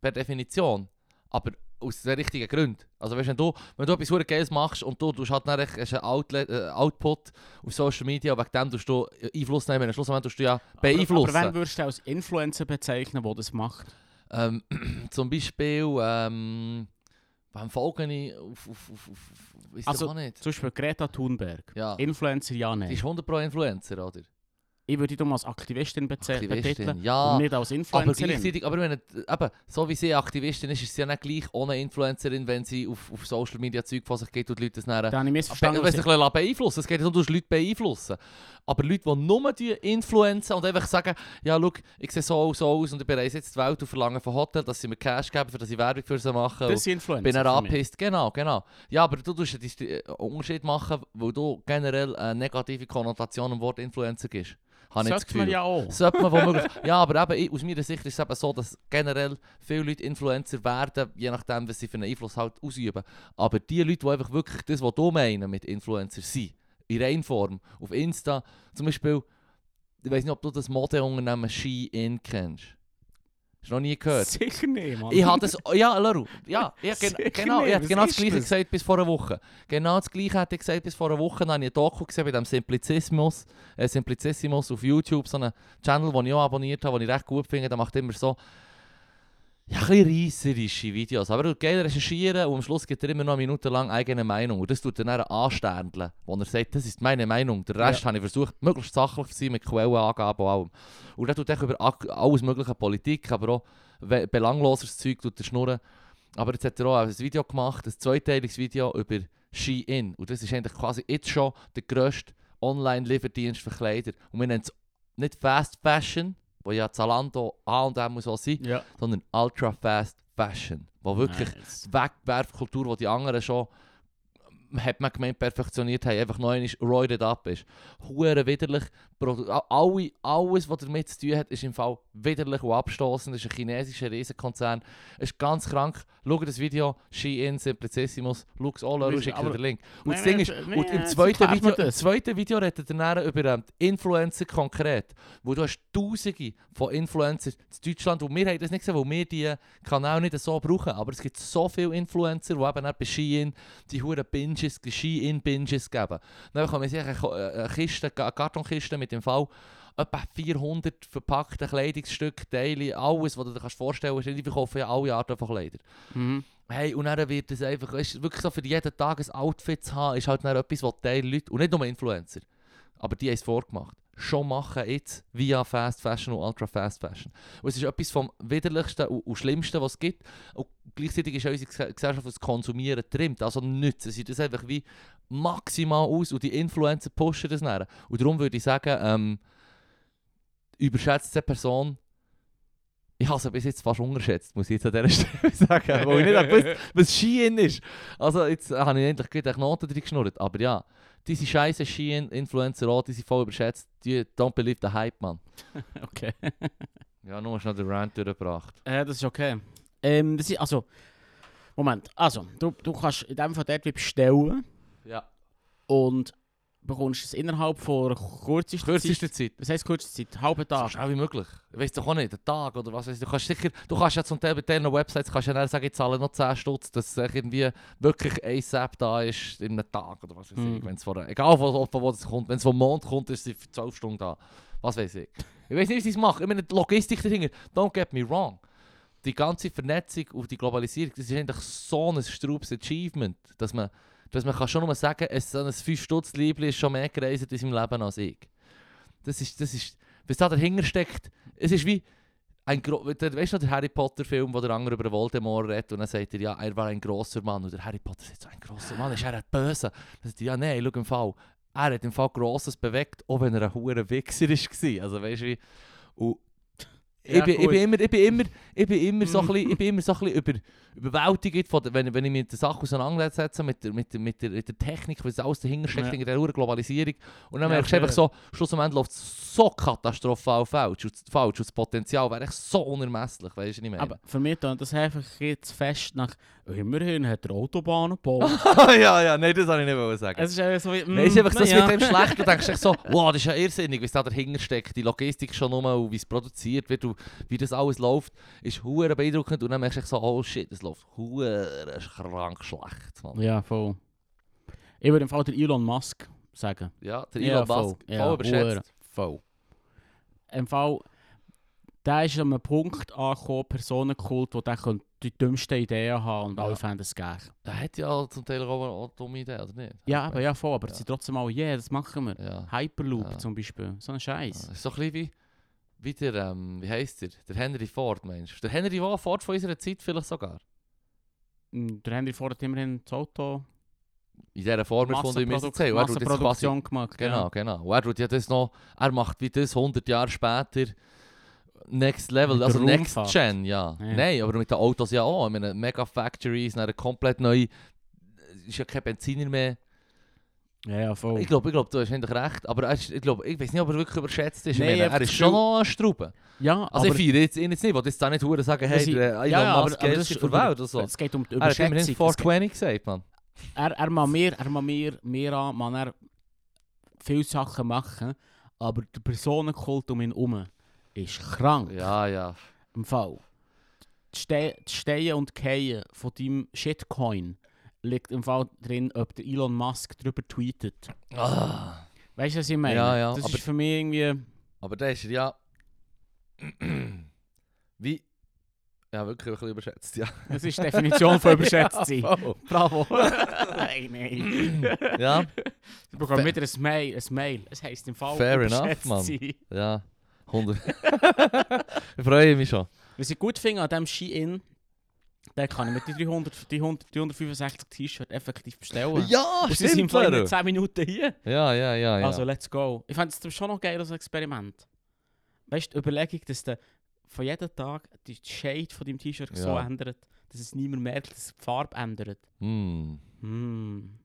per Definition. Aber aus den richtigen Gründen. Also weißt, du, wenn du, wenn du etwas verdammt Geiles machst und du, du hast, dann echt, hast einen Outlet, äh, Output auf Social Media, wegen dem tust du Einfluss nehmen. Am Schluss tust du dus ja
Ah,
beeinflussen.
Aber, aber wen würdest du als Influencer bezeichnen, der das macht?
[clears throat] Ähm, zum Beispiel, ähm, wem folge ich auf, auf, auf, auf, auf weiss
Also-
doch auch nicht.
Zum Beispiel Greta Thunberg.
Ja,
Influencer, ja,
die
nein.
ist 100 pro Influencer, oder?
Ich würde dich darum als Aktivistin beze- betiteln
ja.
und nicht als
Ah, Aber
Influencerin.
gleichzeitig, aber wenn, et- eben, so wie sie Aktivistin ist, ist sie ja nicht gleich ohne Influencerin, wenn sie auf, auf Social Media Zeug von sich geht und die Leute das äh, näher.
Da habe ich missverstanden.
Wenn
was
sie
ich-
ein bisschen beeinflussen. Es geht nicht um, du musst Leute beeinflussen. Aber Leute, die nur die influenzen und einfach sagen, ja, schau, ich sehe so und so aus und ich bereise jetzt die Welt und verlange von Hotel, dass sie mir Cash geben, für dass ich Werbung für sie mache. und-
Das sind Influencer.
bin er
für mich.
angepisst, genau, genau. Ja, aber du tust einen äh, Unterschied machen, weil du generell eine negative Konnotation am Wort Influencer gibst. Habe ich das
Sollte man
Gefühl.
ja auch.
Sollte man womöglich. ja, aber eben, ich- aus meiner Sicht ist es eben so, dass generell viele Leute Influencer werden, je nachdem, was sie für einen Einfluss halt ausüben. Aber die Leute, die einfach wirklich das, was du meinen mit Influencer sind, in Reinform, auf Insta, zum Beispiel, ich weiß nicht, ob du das Modeunternehmen Shein kennst. Hast du noch nie gehört?
Sicher nicht, Mann.
Ich habe das, ja, Leru, ja, ich
[laughs]
hab gen
Sicher
genau, ich
nicht,
hab
was
genau das
ist
Gleiche
das?
gesagt bis vor einer Woche. Genau das Gleiche hätte ich gesagt bis vor einer Woche. Dann habe ich ein Doku gesehen bei dem Simplizismus, äh, Simplicissimus auf YouTube, so einen Channel, den ich auch abonniert habe, den ich recht gut finde. Der macht immer so ja, ein bisschen reisserische Videos. Aber er tut geil recherchieren und am Schluss gibt er immer noch eine Minute lang eigene Meinung. Und das tut er dann ansterndeln, wo er sagt, das ist meine Meinung. Der Rest habe ich versucht, möglichst sachlich zu sein mit Quellenangaben und allem. Und er tut auch über ak- alles mögliche Politik, aber auch we- belangloses Zeug tut er schnurren. Aber jetzt hat er auch ein Video gemacht, ein zweiteiliges Video über Shein. Und das ist eigentlich quasi jetzt schon der grösste Online-Lieferdienst für Kleider. Und wir nennen es nicht Fast Fashion, wo ja Zalando A&M muss auch sein,
Ja.
sondern Ultra Fast Fashion. Wo wirklich
Nice.
die Wegwerfkultur, die die anderen schon, ähm, hat man gemeint, perfektioniert haben, einfach neu ist, roided up ist. Hure widerlich. Produ- a- Alle, alles, was damit zu tun hat, ist im Fall widerlich und abstoßend. Das ist ein chinesischer Riesenkonzern. Ist ganz krank. Schau das Video, Shein, Simplicissimus, Lux Ola,
Müssen-
schickt dir
aber-
den Link. Und das
Nein,
Ding ist,
nein,
und
nein,
im zweiten
erklärt
Video,
mir
im
das.
zweiten Video redet er dann über ähm, die Influencer konkret. Wo du hast tausende von Influencern in Deutschland und wir haben das nicht gesehen, weil wir die Kanäle nicht so brauchen. Aber es gibt so viele Influencer, die eben dann bei Shein die huren Binges, Shein-Binges geben. Dann bekommen sie eine Ko- äh, eine Kiste, eine Kartonkiste mit dem Fall etwa 400 verpackte Kleidungsstücke, Teile, alles, was du dir kannst vorstellen kannst. Die verkaufen ja alle Arten von Kleider.
Mhm.
Hey, und dann wird es einfach, weißt, du, wirklich so für jeden Tag ein Outfit zu haben, ist halt dann etwas, was die Leute, und nicht nur Influencer, aber die haben es vorgemacht, schon machen jetzt via Fast Fashion und Ultra Fast Fashion. Und es ist etwas vom widerlichsten und, und schlimmsten, was es gibt. Und gleichzeitig ist auch unsere Gese- Gesellschaft auf das Konsumieren trimmt, also nichts. Sie sieht das einfach wie maximal aus und die Influencer pushen das näher. Und darum würde ich sagen, ähm, überschätzt diese Person, ich habe sie bis jetzt fast unterschätzt, muss ich jetzt an dieser [laughs] Stelle
[laughs]
sagen, [laughs] weil ich nicht gewusst was Shein ist. Also jetzt äh, habe ich endlich gleich den Knoten drin geschnurrt. Aber ja, diese scheiße Shein, Influencer auch, die sind voll überschätzt. Die don't believe the hype, [laughs] man.
Okay.
Ja, nur hast du noch den Rant durchgebracht.
Äh, das ist okay. Ähm, das ist, also, Moment, also, du, du kannst in dem Fall dort wie bestellen
Ja.
und bekommst es innerhalb von kürzester
Kürzeste
Zeit.
Zeit.
Was heisst kürzester Zeit? Halben
So
Tag.
schnell wie möglich. Ich weiß doch auch nicht, einen Tag oder was weiß ich. Du kannst sicher, du kannst ja zum Teil bei deinen Websites kannst ja dann sagen, ich zahle noch 10 Stutz, dass äh, irgendwie wirklich ASAP da ist in einem Tag oder was weiß ich.
Mhm.
Wenn's von, einer- egal von, von wo es kommt, wenn es vom Mond kommt, ist sie für 12 Stunden da. Was weiß ich. Ich weiß nicht, wie sie es machen. Ich meine, die Logistik dahinter, don't get me wrong. Die ganze Vernetzung und die Globalisierung, das ist eigentlich so ein straubes Achievement, dass man, dass man kann schon nur sagen kann, so ein 5 stutz liebling ist schon mehr gereist in seinem Leben als ich. Das ist, das ist, was da dahinter steckt, es ist wie ein gro der, weißt du noch, der Harry Potter Film, wo der andere über Voldemort redet und dann sagt er, ja, er war ein großer Mann und der Harry Potter sagt so, ein großer Mann, ist er ein Böse? Dann sagt er, ja, nein, schau im Fall, er hat im Fall Grosses bewegt, auch wenn er ein hoher Wichser war. Also weißt du wie, und ich,
Ja,
bin, ich
gut.
bin immer, ich bin immer, ich bin immer so ein bisschen, ich bin immer so ein bisschen über, überwältigt, von der, wenn, wenn ich mich mit der Sache auseinandersetze, mit der, mit der, mit der, mit der Technik, was alles dahinter steckt,
Ja.
hinter der hohen Globalisierung. Und dann
Ja,
merkst du einfach
fair.
so, schlussendlich läuft es so katastrophal falsch und, falsch und das Potenzial wäre echt so unermesslich, weißt du, was ich meine?
Aber für mich tönt das einfach jetzt fest nach, immerhin hat er
[laughs]
Autobahn gebaut.
[laughs] ja, ja, nein, das habe ich nicht wollen sagen.
es ist einfach so wie, mm,
Nein, es ist einfach so, es wird
ja.
einem schlecht. Du denkst
[laughs]
echt so, wow, das ist ja irrsinnig, wie es da dahinter steckt, die Logistik schon rum und wie es produziert wird und wie das alles läuft, ist hure beeindruckend. Und dann merkst du echt so, oh shit, das läuft hure krank schlecht. Mann.
Ja, voll. Ich würde im Fall der Elon Musk sagen.
Ja, der
Ja,
Elon Musk, voll,
ja,
überschätzt.
Voll. Im Fall, der ist an einem Punkt angekommen, Personenkult, wo der könnte die dümmsten Ideen haben und
Ja.
alle fänden es geil.
Der hat ja zum Teil auch eine- auch eine dumme Idee, oder nicht?
Ja, aber ja, voll, aber
Ja.
sie trotzdem alle, yeah, das machen wir.
Ja.
Hyperloop
Ja.
zum Beispiel, so ein Scheiß.
Ja, ist so ein bisschen wie, wie der, ähm, wie heisst der? Der Henry Ford, Mensch. Der Henry Wa- Ford von unserer Zeit vielleicht sogar.
Der Henry Ford hat immerhin das Auto
In dieser Form erfunden, wie wir es jetzt haben. Und er tut jetzt quasi-
Massenproduktion gemacht.
Genau,
Ja.
genau. Und er tut ja das noch, er macht wie das 100 Jahre später Next Level,
Mit der
also Next
Raumfahrt.
Gen, ja.
Ja.
Nein, aber mit den Autos ja auch. Ich meine, Mega Factories, eine komplett neue, ist ja kein Benziner mehr.
ja, ja, voll.
Ich glaube, ich glaub, du hast eigentlich recht, aber er ist, ich, glaub, ich weiß nicht, ob er wirklich überschätzt ist.
Nein,
ich meine,
einfach
er ist
zu
schon
viel-
noch ein Strube.
ja,
Also
aber
ich feiere jetzt ihn jetzt nicht, ich will jetzt da nicht verdammt sagen, hey,
Sie-
der ah, Elon
ja, ja,
Musk
aber- aber
ist
das ist
von der Welt oder so.
es geht um die
Er hat
Überschätzung.
immerhin
Es
420 gesagt, man.
Er, er mag mehr, er mag mehr, mehr an, man er viele Sachen machen, aber der Personenkult um ihn herum ist krank.
Ja, ja.
im Fall, das Ste das Stehen und Keien von deinem Shitcoin liegt im Fall drin, ob der Elon Musk drüber tweetet.
Ah.
Weißt du, was ich meine?
Ja, ja,
das
aber-
ist für mich irgendwie.
Aber der ist er ja. [clears throat] Wie. Ja, wirklich ein bisschen überschätzt, ja.
Das ist die Definition
[laughs]
von überschätzt sein. [laughs]
Ja, voll.
Bravo. nein, nein.
[laughs] ja,
Ich bekomme
Fair-
wieder ein Mail. Ein Mail. Es heisst im Fall.
Fair enough,
überschätzt
Mann.
sein.
ja. 100. [laughs] ich freue mich schon.
Was ich gut finde an diesem Ski-In, den kann ich mit den 300, die 100, 365 T-Shirt effektiv bestellen.
Ja,
Und sie sind
stimmt,
vor
Leru.
10 Minuten hier.
Ja, ja, ja, ja.
Also, let's go. Ich fand es schon noch geil als Experiment. Weißt du, die Überlegung, dass du von jedem Tag die Shade von deinem T-Shirt so
Ja.
ändert, dass es niemand merkt, dass die Farbe ändert.
Hm.
Hm.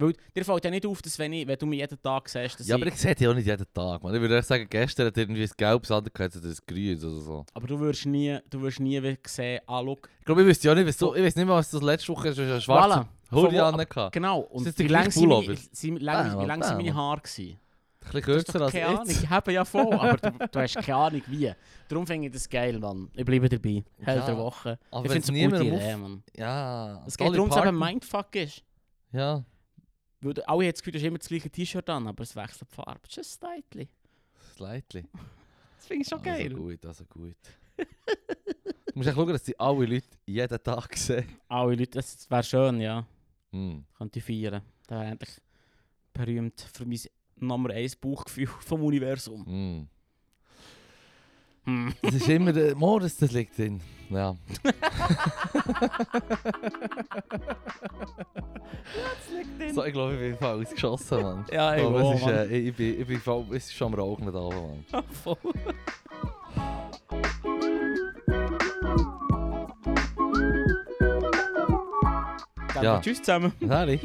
Weil dir fällt ja nicht auf, dass wenn, ich, wenn du mich jeden Tag siehst, dass
Ja,
ich...
aber ich sehe die auch nicht jeden Tag, man. Ich würde echt sagen, gestern hat irgendwie ein gelbes Ander gehabt, oder ein grünes oder so.
aber du wirst nie, du wirst nie wie sehen, ah, schau,
Ich glaube, ich wüsste ja nicht, was du, ich weiß nicht mal, was das letzte Woche ist, ein schwarzer
Voilà.
Hoodie
Von wo-
an gehabt.
Genau, und
Ist das
wie
der gleiche
lang
Ah,
sind meine,
Pullover?
sind, wie lang,
Bam,
wie lang sind meine
bam.
Haare gewesen?
Ein bisschen
Du hast
kürzer
doch
als
keine Ahnung,
jetzt.
ich habe ja voll, aber du, du hast keine Ahnung wie. Darum finde ich das geil, Mann. Ich bleibe dabei. Hell
Ja,
der Woche.
aber
ich
wenn's
finde es eine gute
niemandem
Idee,
auf-
Mann.
Ja.
Es geht
Dolly
darum, dass es eben
Parton.
Mindfuck ist.
Ja.
Weil du- alle haben das Gefühl, du hast immer das gleiche T-Shirt an, aber es wechselt die Farbe. Just slightly.
Slightly.
Das finde ich schon geil.
Also gut, also gut. du musst echt schauen, dass die alle Leute jeden Tag sehen.
Alle Leute, das wäre schön, ja.
Hm.
Könnte ich feiern. Da wäre endlich berühmt für mein Nummer 1 Bauchgefühl [laughs] vom Universum.
Hm.
Hm.
Das ist immer der Morris, das liegt drin. [laughs] Ja. So, ich glaube, ich bin voll ausgeschossen, Mann.
Ja, ich
aber es ist,
auch,
äh, ich, ich bin, ich bin voll, es ist schon am Rauchen mit allem, Mann.
Voll. Dann
Ja.
tschüss zusammen.
Harry?